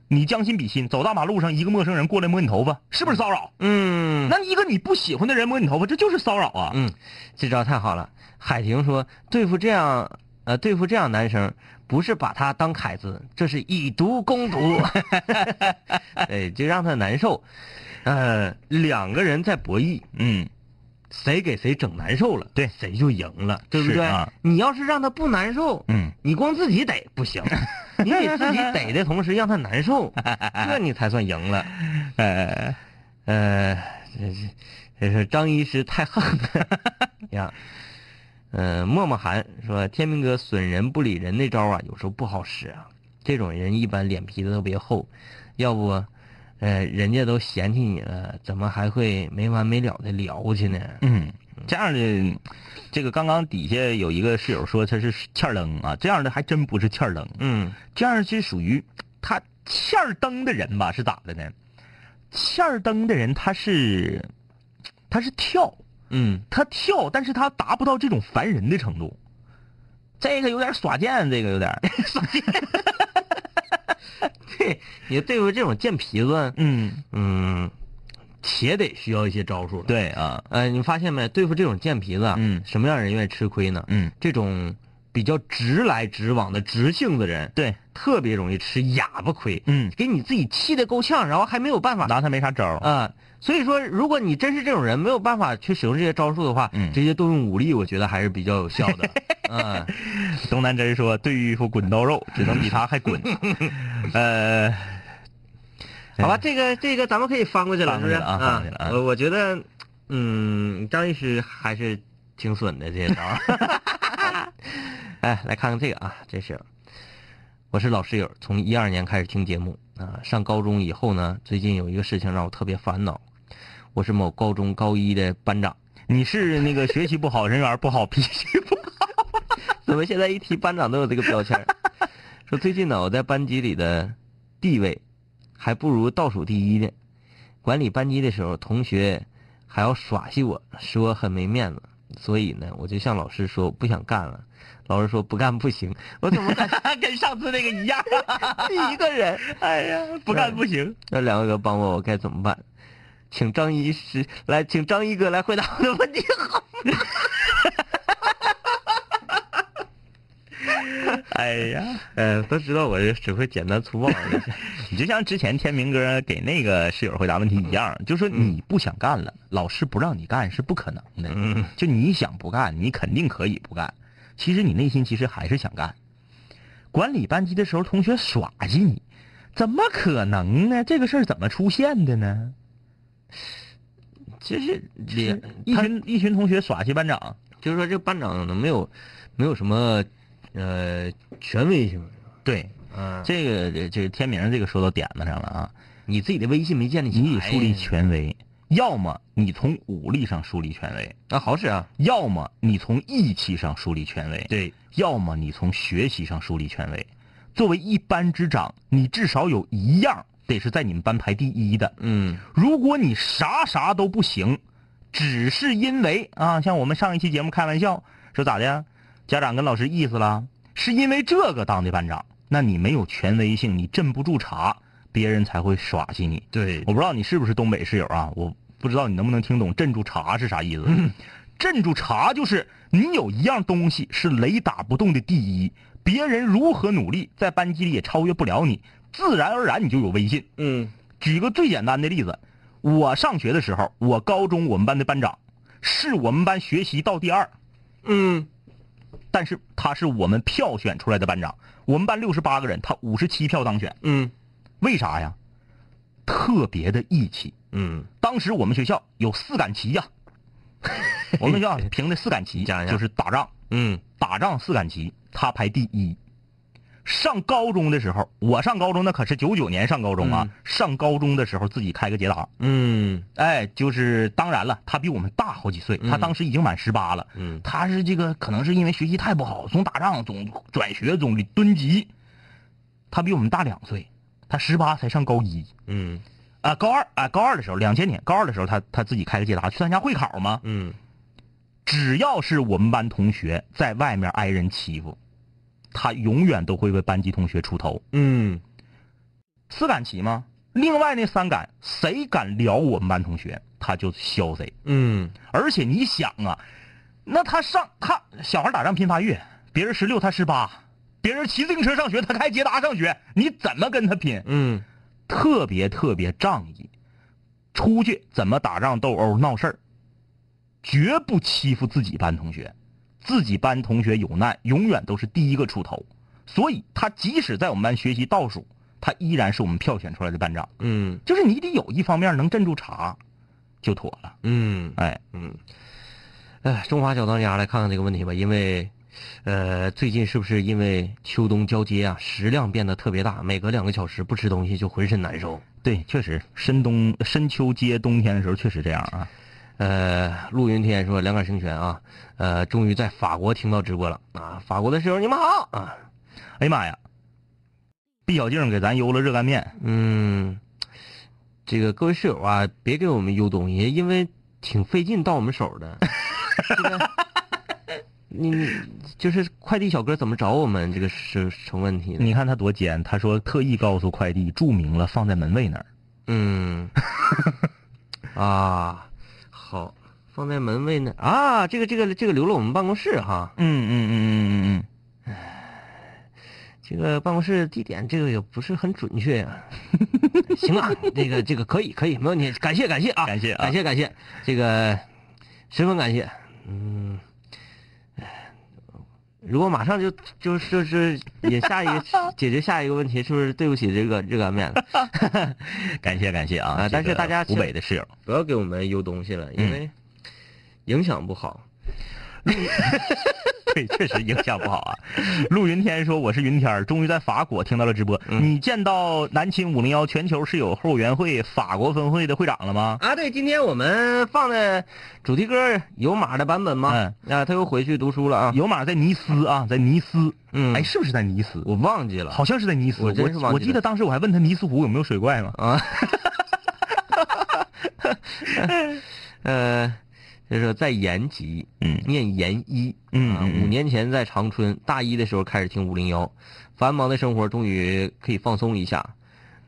Speaker 4: 你将心比心，走到马路上一个陌生人过来摸你头发，是不是骚扰？
Speaker 5: 嗯
Speaker 4: 那一个你不喜欢的人摸你头发，这就是骚扰啊！
Speaker 5: 嗯，这招太好了。海婷说，对付这样呃对付这样男生，不是把他当凯子，这是以毒 攻毒，哎，就让他难受。呃，两个人在博弈，
Speaker 4: 嗯，
Speaker 5: 谁给谁整难受了，对，谁就赢了，对不
Speaker 4: 是
Speaker 5: 对？
Speaker 4: 啊
Speaker 5: 你要是让他不难受，
Speaker 4: 嗯，
Speaker 5: 你光自己逮 不行，你得自己逮的同时让他难受，这你才算赢了。
Speaker 4: 哎，
Speaker 5: 呃，这是这是张医师太横 了呀。呃，默默寒说：“天明哥损人不理人那招啊，有时候不好使啊。这种人一般脸皮子特别厚，要不，呃，人家都嫌弃你了，怎么还会没完没了的聊去呢？
Speaker 4: 嗯，这样的，这个刚刚底下有一个室友说他是欠儿灯啊，这样的还真不是欠儿灯，
Speaker 5: 嗯
Speaker 4: 这样是属于他欠儿灯的人吧？是咋的呢？欠儿灯的人他是他是跳，
Speaker 5: 嗯
Speaker 4: 他跳，但是他达不到这种烦人的程度。这个有点耍贱，这个有点 儿，
Speaker 5: 你对付这种贱皮子，
Speaker 4: 嗯，
Speaker 5: 嗯，且得需要一些招数了。，
Speaker 4: 对啊，
Speaker 5: 呃，你发现没？对付这种贱皮子啊，
Speaker 4: 嗯
Speaker 5: 什么样人愿意吃亏呢？
Speaker 4: 嗯，
Speaker 5: 这种比较直来直往的直性子人，
Speaker 4: 对，
Speaker 5: 特别容易吃哑巴亏，
Speaker 4: 嗯，
Speaker 5: 给你自己气得够呛，然后还没有办法啊、
Speaker 4: 拿他没啥招儿，
Speaker 5: 所以说，如果你真是这种人，没有办法去使用这些招数的话，
Speaker 4: 嗯
Speaker 5: 直接动用武力，我觉得还是比较有效的。嗯
Speaker 4: 东南真说：“对付滚刀肉，只能比他还滚。”呃，
Speaker 5: 好吧，这个这个咱们可以翻过去了，
Speaker 4: 哎翻过
Speaker 5: 是不
Speaker 4: 去
Speaker 5: 是？
Speaker 4: 了啊翻过去了啊
Speaker 5: 我我觉得，嗯，张医师还是挺损的这些 招儿。哎，来看看这个啊，这是，我是老室友，从一二年开始听节目啊。上高中以后呢，最近有一个事情让我特别烦恼，我是某高中高一的班长，
Speaker 4: 你是那个学习不好，人缘不好，脾气不好。
Speaker 5: 怎么现在一提班长都有这个标签儿？说最近呢，我在班级里的地位还不如倒数第一呢。管理班级的时候，同学还要耍戏我，说很没面子，所以呢，我就向老师说我不想干了。老师说不干不行，我怎么 干？
Speaker 4: 跟上次那个一样，
Speaker 5: 一个人，
Speaker 4: 哎呀，不干不行。
Speaker 5: 让两位哥帮我，我该怎么办？请张医师来，请张一哥来回答我的问题好吗？
Speaker 4: 哎呀，
Speaker 5: 呃，都知道我这只会简单粗暴的一些。
Speaker 4: 你就像之前天明哥给那个室友回答问题一样，就说你不想干了，老师不让你干是不可能的。
Speaker 5: 嗯
Speaker 4: 就你想不干，你肯定可以不干。其实你内心其实还是想干。管理班级的时候，同学耍起你，怎么可能呢？这个事儿怎么出现的呢？
Speaker 5: 其实
Speaker 4: 是
Speaker 5: 也
Speaker 4: 一群一群同学耍起班长，
Speaker 5: 就是说这班长呢没有没有什么呃权威性，
Speaker 4: 对，
Speaker 5: 嗯，
Speaker 4: 这个这天明这个说到点子上了啊。
Speaker 5: 你自己的威信没建立起来，
Speaker 4: 你得树立权威，要么你从武力上树立权威，
Speaker 5: 啊，好使啊，
Speaker 4: 要么你从义气上树立权威，
Speaker 5: 对，
Speaker 4: 要么你从学习上树立权威。作为一班之长，你至少有一样得是在你们班排第一的。
Speaker 5: 嗯
Speaker 4: 如果你啥啥都不行，只是因为啊，像我们上一期节目开玩笑说咋的呀，家长跟老师意思了，是因为这个当的班长，那你没有权威性，你镇不住场，别人才会耍起你。
Speaker 5: 对
Speaker 4: 我不知道你是不是东北室友啊，我不知道你能不能听懂“镇住茶”是啥意思。镇住茶就是你有一样东西是雷打不动的第一，别人如何努力，在班级里也超越不了你，自然而然你就有威信。
Speaker 5: 嗯
Speaker 4: 举个最简单的例子，我上学的时候，我高中我们班的班长是我们班学习到第二，
Speaker 5: 嗯，
Speaker 4: 但是他是我们票选出来的班长，我们班六十八个人，他五十七票当选，
Speaker 5: 嗯
Speaker 4: 为啥呀？特别的义气。
Speaker 5: 嗯，
Speaker 4: 当时我们学校有四杆旗 呀、我们学校评的四杆旗
Speaker 5: 讲一讲
Speaker 4: 就是打仗，
Speaker 5: 嗯
Speaker 4: 打仗四杆旗，他排第一。上高中的时候，我上高中那可是九九年上高中啊，
Speaker 5: 嗯
Speaker 4: 上高中的时候自己开个捷达，
Speaker 5: 嗯
Speaker 4: 哎，就是当然了，他比我们大好几岁，
Speaker 5: 嗯
Speaker 4: 他当时已经满十八了，
Speaker 5: 嗯
Speaker 4: 他是这个可能是因为学习太不好，总打仗，总转学，总蹲级，他比我们大两岁，他十八才上高一。
Speaker 5: 嗯
Speaker 4: 啊，高二啊，高二的时候，两千年高二的时候，他他自己开个捷达去参加会考嘛。
Speaker 5: 嗯，
Speaker 4: 只要是我们班同学在外面挨人欺负，他永远都会为班级同学出头。
Speaker 5: 嗯
Speaker 4: 四杆旗吗？另外那三杆，谁敢撩我们班同学，他就削谁。
Speaker 5: 嗯
Speaker 4: 而且你想啊，那他上他小孩打仗拼发育，别人十六他十八，别人骑自行车上学，他开捷达上学，你怎么跟他拼？
Speaker 5: 嗯
Speaker 4: 特别特别仗义，出去怎么打仗斗殴闹事儿，绝不欺负自己班同学，自己班同学有难永远都是第一个出头，所以他即使在我们班学习倒数，他依然是我们票选出来的班长。
Speaker 5: 嗯
Speaker 4: 就是你得有一方面能镇住茶，就妥了。
Speaker 5: 嗯。
Speaker 4: 哎，
Speaker 5: 嗯，哎，中华小当家来看看这个问题吧，因为，呃，最近是不是因为秋冬交接啊，食量变得特别大，每隔两个小时不吃东西就浑身难受。
Speaker 4: 对，确实深冬深秋接冬天的时候确实这样啊。
Speaker 5: 呃，陆云天说两杆清泉啊，呃，终于在法国听到直播了啊，法国的室友你们好啊，
Speaker 4: 哎呀妈呀！毕小静给咱邮了热干面，
Speaker 5: 嗯，这个各位室友啊，别给我们邮东西，因为挺费劲到我们手的。这个你就是快递小哥怎么找我们，这个是成问题的。
Speaker 4: 你看他多尖，他说特意告诉快递注明了放在门卫那儿。
Speaker 5: 嗯，啊，好，放在门卫那啊，这个这个这个留了我们办公室哈，
Speaker 4: 嗯嗯嗯嗯嗯
Speaker 5: 这个办公室地点这个也不是很准确啊。行啊，这个这个可以可以，没问题，感谢感谢啊，
Speaker 4: 感谢啊
Speaker 5: 感谢感谢，这个十分感谢，嗯。如果马上就就就是也下一个解决下一个问题，是不是对不起这个热干面了？
Speaker 4: 嗯， 感谢感谢啊！
Speaker 5: 啊但是
Speaker 4: 这个
Speaker 5: 大家
Speaker 4: 湖北的室友，
Speaker 5: 不要给我们邮东西了，因为影响不好。
Speaker 4: 对，确实影响不好啊。陆云天说：“我是云天儿，终于在法国听到了直播。你见到南青五零幺全球室友后援会法国分会的会长了吗？
Speaker 5: 啊，对，今天我们放的主题歌有马的版本吗？啊，他又回去读书了啊。
Speaker 4: 有马在尼斯啊，在尼斯，
Speaker 5: 嗯
Speaker 4: 哎，是不是在尼斯？
Speaker 5: 我忘记了。
Speaker 4: 好像是在尼斯，
Speaker 5: 我
Speaker 4: 我
Speaker 5: 真是忘记了
Speaker 4: 我记得当时我还问他尼斯湖有没有水怪嘛。
Speaker 5: 呃，就是说在延吉，
Speaker 4: 嗯
Speaker 5: 念研一，
Speaker 4: 嗯
Speaker 5: 啊
Speaker 4: 嗯嗯
Speaker 5: 五年前在长春大一的时候开始听五零幺，繁忙的生活终于可以放松一下。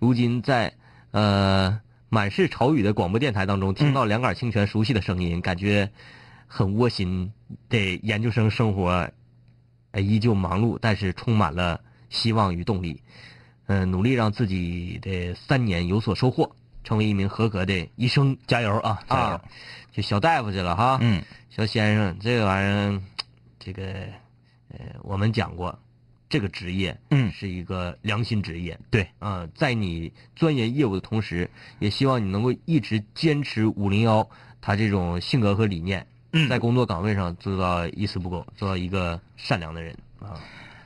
Speaker 5: 如今在呃满是潮语的广播电台当中，
Speaker 4: 嗯
Speaker 5: 听到两杆清泉熟悉的声音，感觉很窝心。对研究生生活哎，依旧忙碌，但是充满了希望与动力。嗯、努力让自己的三年有所收获，成为一名合格的医生。
Speaker 4: 加油啊，加油
Speaker 5: 啊！，就小大夫去了哈。
Speaker 4: 嗯，
Speaker 5: 小先生，这个玩意儿，这个，呃，我们讲过，这个职业，
Speaker 4: 嗯
Speaker 5: 是一个良心职业。
Speaker 4: 对，
Speaker 5: 啊、在你钻研业务的同时，也希望你能够一直坚持五零幺他这种性格和理念，
Speaker 4: 嗯
Speaker 5: 在工作岗位上做到一丝不苟，做到一个善良的人啊。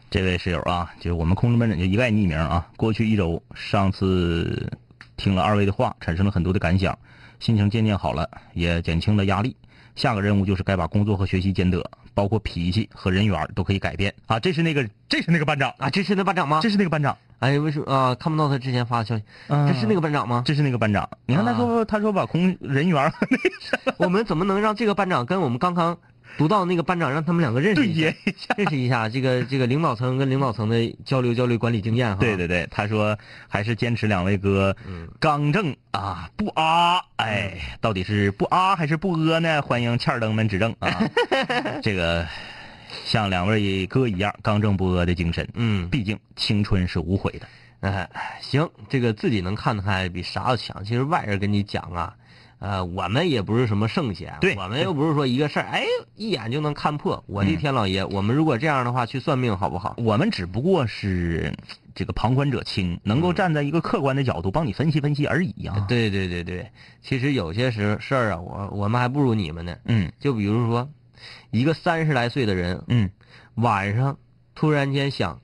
Speaker 4: 这位室友啊，就是我们空中门诊就一概匿名啊。过去一周，上次听了二位的话，产生了很多的感想，心情渐渐好了，也减轻了压力。下个任务就是该把工作和学习兼得，包括脾气和人缘都可以改变啊。这是那个，这是那个班长，
Speaker 5: 啊，这是那班长吗？
Speaker 4: 这是那个班长，
Speaker 5: 哎，为什么啊？看不到他之前发的消息，
Speaker 4: 嗯啊
Speaker 5: 这是那个班 长吗？
Speaker 4: 这是那个班长。你看他说，他说把空人缘儿
Speaker 5: 我们怎么能让这个班长跟我们刚刚读到的那个班长，让他们两个认识
Speaker 4: 对
Speaker 5: 一下
Speaker 4: 接？一下。
Speaker 5: 认识一下这个这个领导层跟领导层的交流交流管理经验哈。
Speaker 4: 对对对，他说还是坚持两位哥
Speaker 5: 啊嗯
Speaker 4: 刚正啊，不啊，哎，到底是不啊还是不啊呢？欢迎欠儿灯们指正 啊！这个像两位哥一样刚正不阿的精神，
Speaker 5: 嗯，
Speaker 4: 毕竟青春是无悔的。
Speaker 5: 哎，行，这个自己能看得开比啥都强。其实外人跟你讲啊，呃，我们也不是什么圣贤，
Speaker 4: 对
Speaker 5: 我们又不是说一个事儿，哎，一眼就能看破。我的
Speaker 4: 嗯
Speaker 5: 天老爷，我们如果这样的话去算命好不好？
Speaker 4: 我们只不过是这个旁观者清，能够站在一个客观的角度帮你分析分析而已啊。，
Speaker 5: 嗯对对对对，其实有些时事儿啊，我我们还不如你们呢。
Speaker 4: 嗯
Speaker 5: 就比如说，一个三十来岁的人
Speaker 4: 嗯
Speaker 5: 晚上突然间想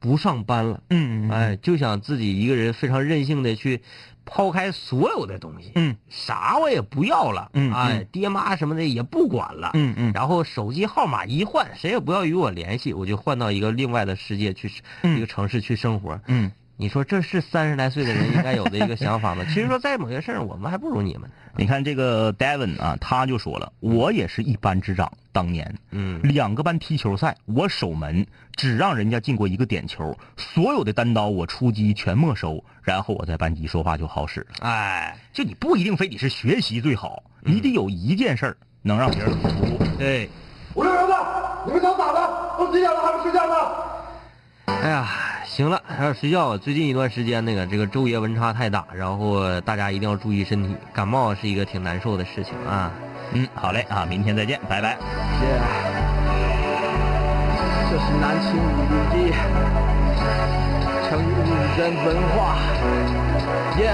Speaker 5: 不上班了。
Speaker 4: 嗯，嗯，
Speaker 5: 哎，就想自己一个人非常任性的去抛开所有的东西，
Speaker 4: 嗯
Speaker 5: 啥我也不要了，
Speaker 4: 嗯嗯
Speaker 5: 哎，爹妈什么的也不管了，
Speaker 4: 嗯嗯
Speaker 5: 然后手机号码一换，谁也不要与我联系，我就换到一个另外的世界去，
Speaker 4: 嗯
Speaker 5: 一个城市去生活。
Speaker 4: 嗯，
Speaker 5: 你说这是三十来岁的人应该有的一个想 法吗？其实说在某些事儿，我们还不如你们。
Speaker 4: 你看这个 Devin 啊，他就说了，我也是一班之长，当年。
Speaker 5: 嗯，
Speaker 4: 两个班踢球赛，我守门，只让人家进过一个点球，所有的单刀我出击全没收，然后我在班级说话就好使了。
Speaker 5: 哎，
Speaker 4: 就你不一定非得是学习最好，你得有一件事儿能让别人服。
Speaker 5: 对，
Speaker 6: 五六儿子，你们想咋的？都几点了还不睡觉呢？
Speaker 5: 哎呀，行了，还要睡觉啊。最近一段时间，那个这个昼夜温差太大，然后大家一定要注意身体。感冒是一个挺难受的事情啊。
Speaker 4: 嗯，好嘞啊，明天再见，拜拜。
Speaker 2: 耶，这是南秦五零一，成语人文化。耶、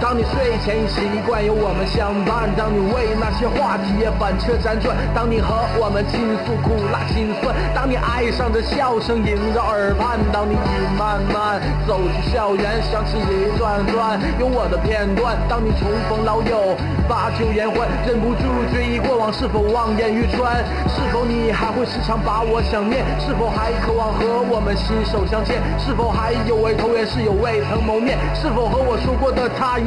Speaker 2: 当你睡前已习惯有我们相伴，当你为那些话题也板车辗转，当你和我们倾诉苦辣辛酸，当你爱上这笑声萦绕耳畔，当你已慢慢走出校园，想起一段段有我的片段，当你重逢老友，把酒言欢，忍不住追忆过往，是否望眼欲穿？是否你还会时常把我想念？是否还渴望和我们携手相见？是否还有位同源室友未曾谋面？是否和我说过的他已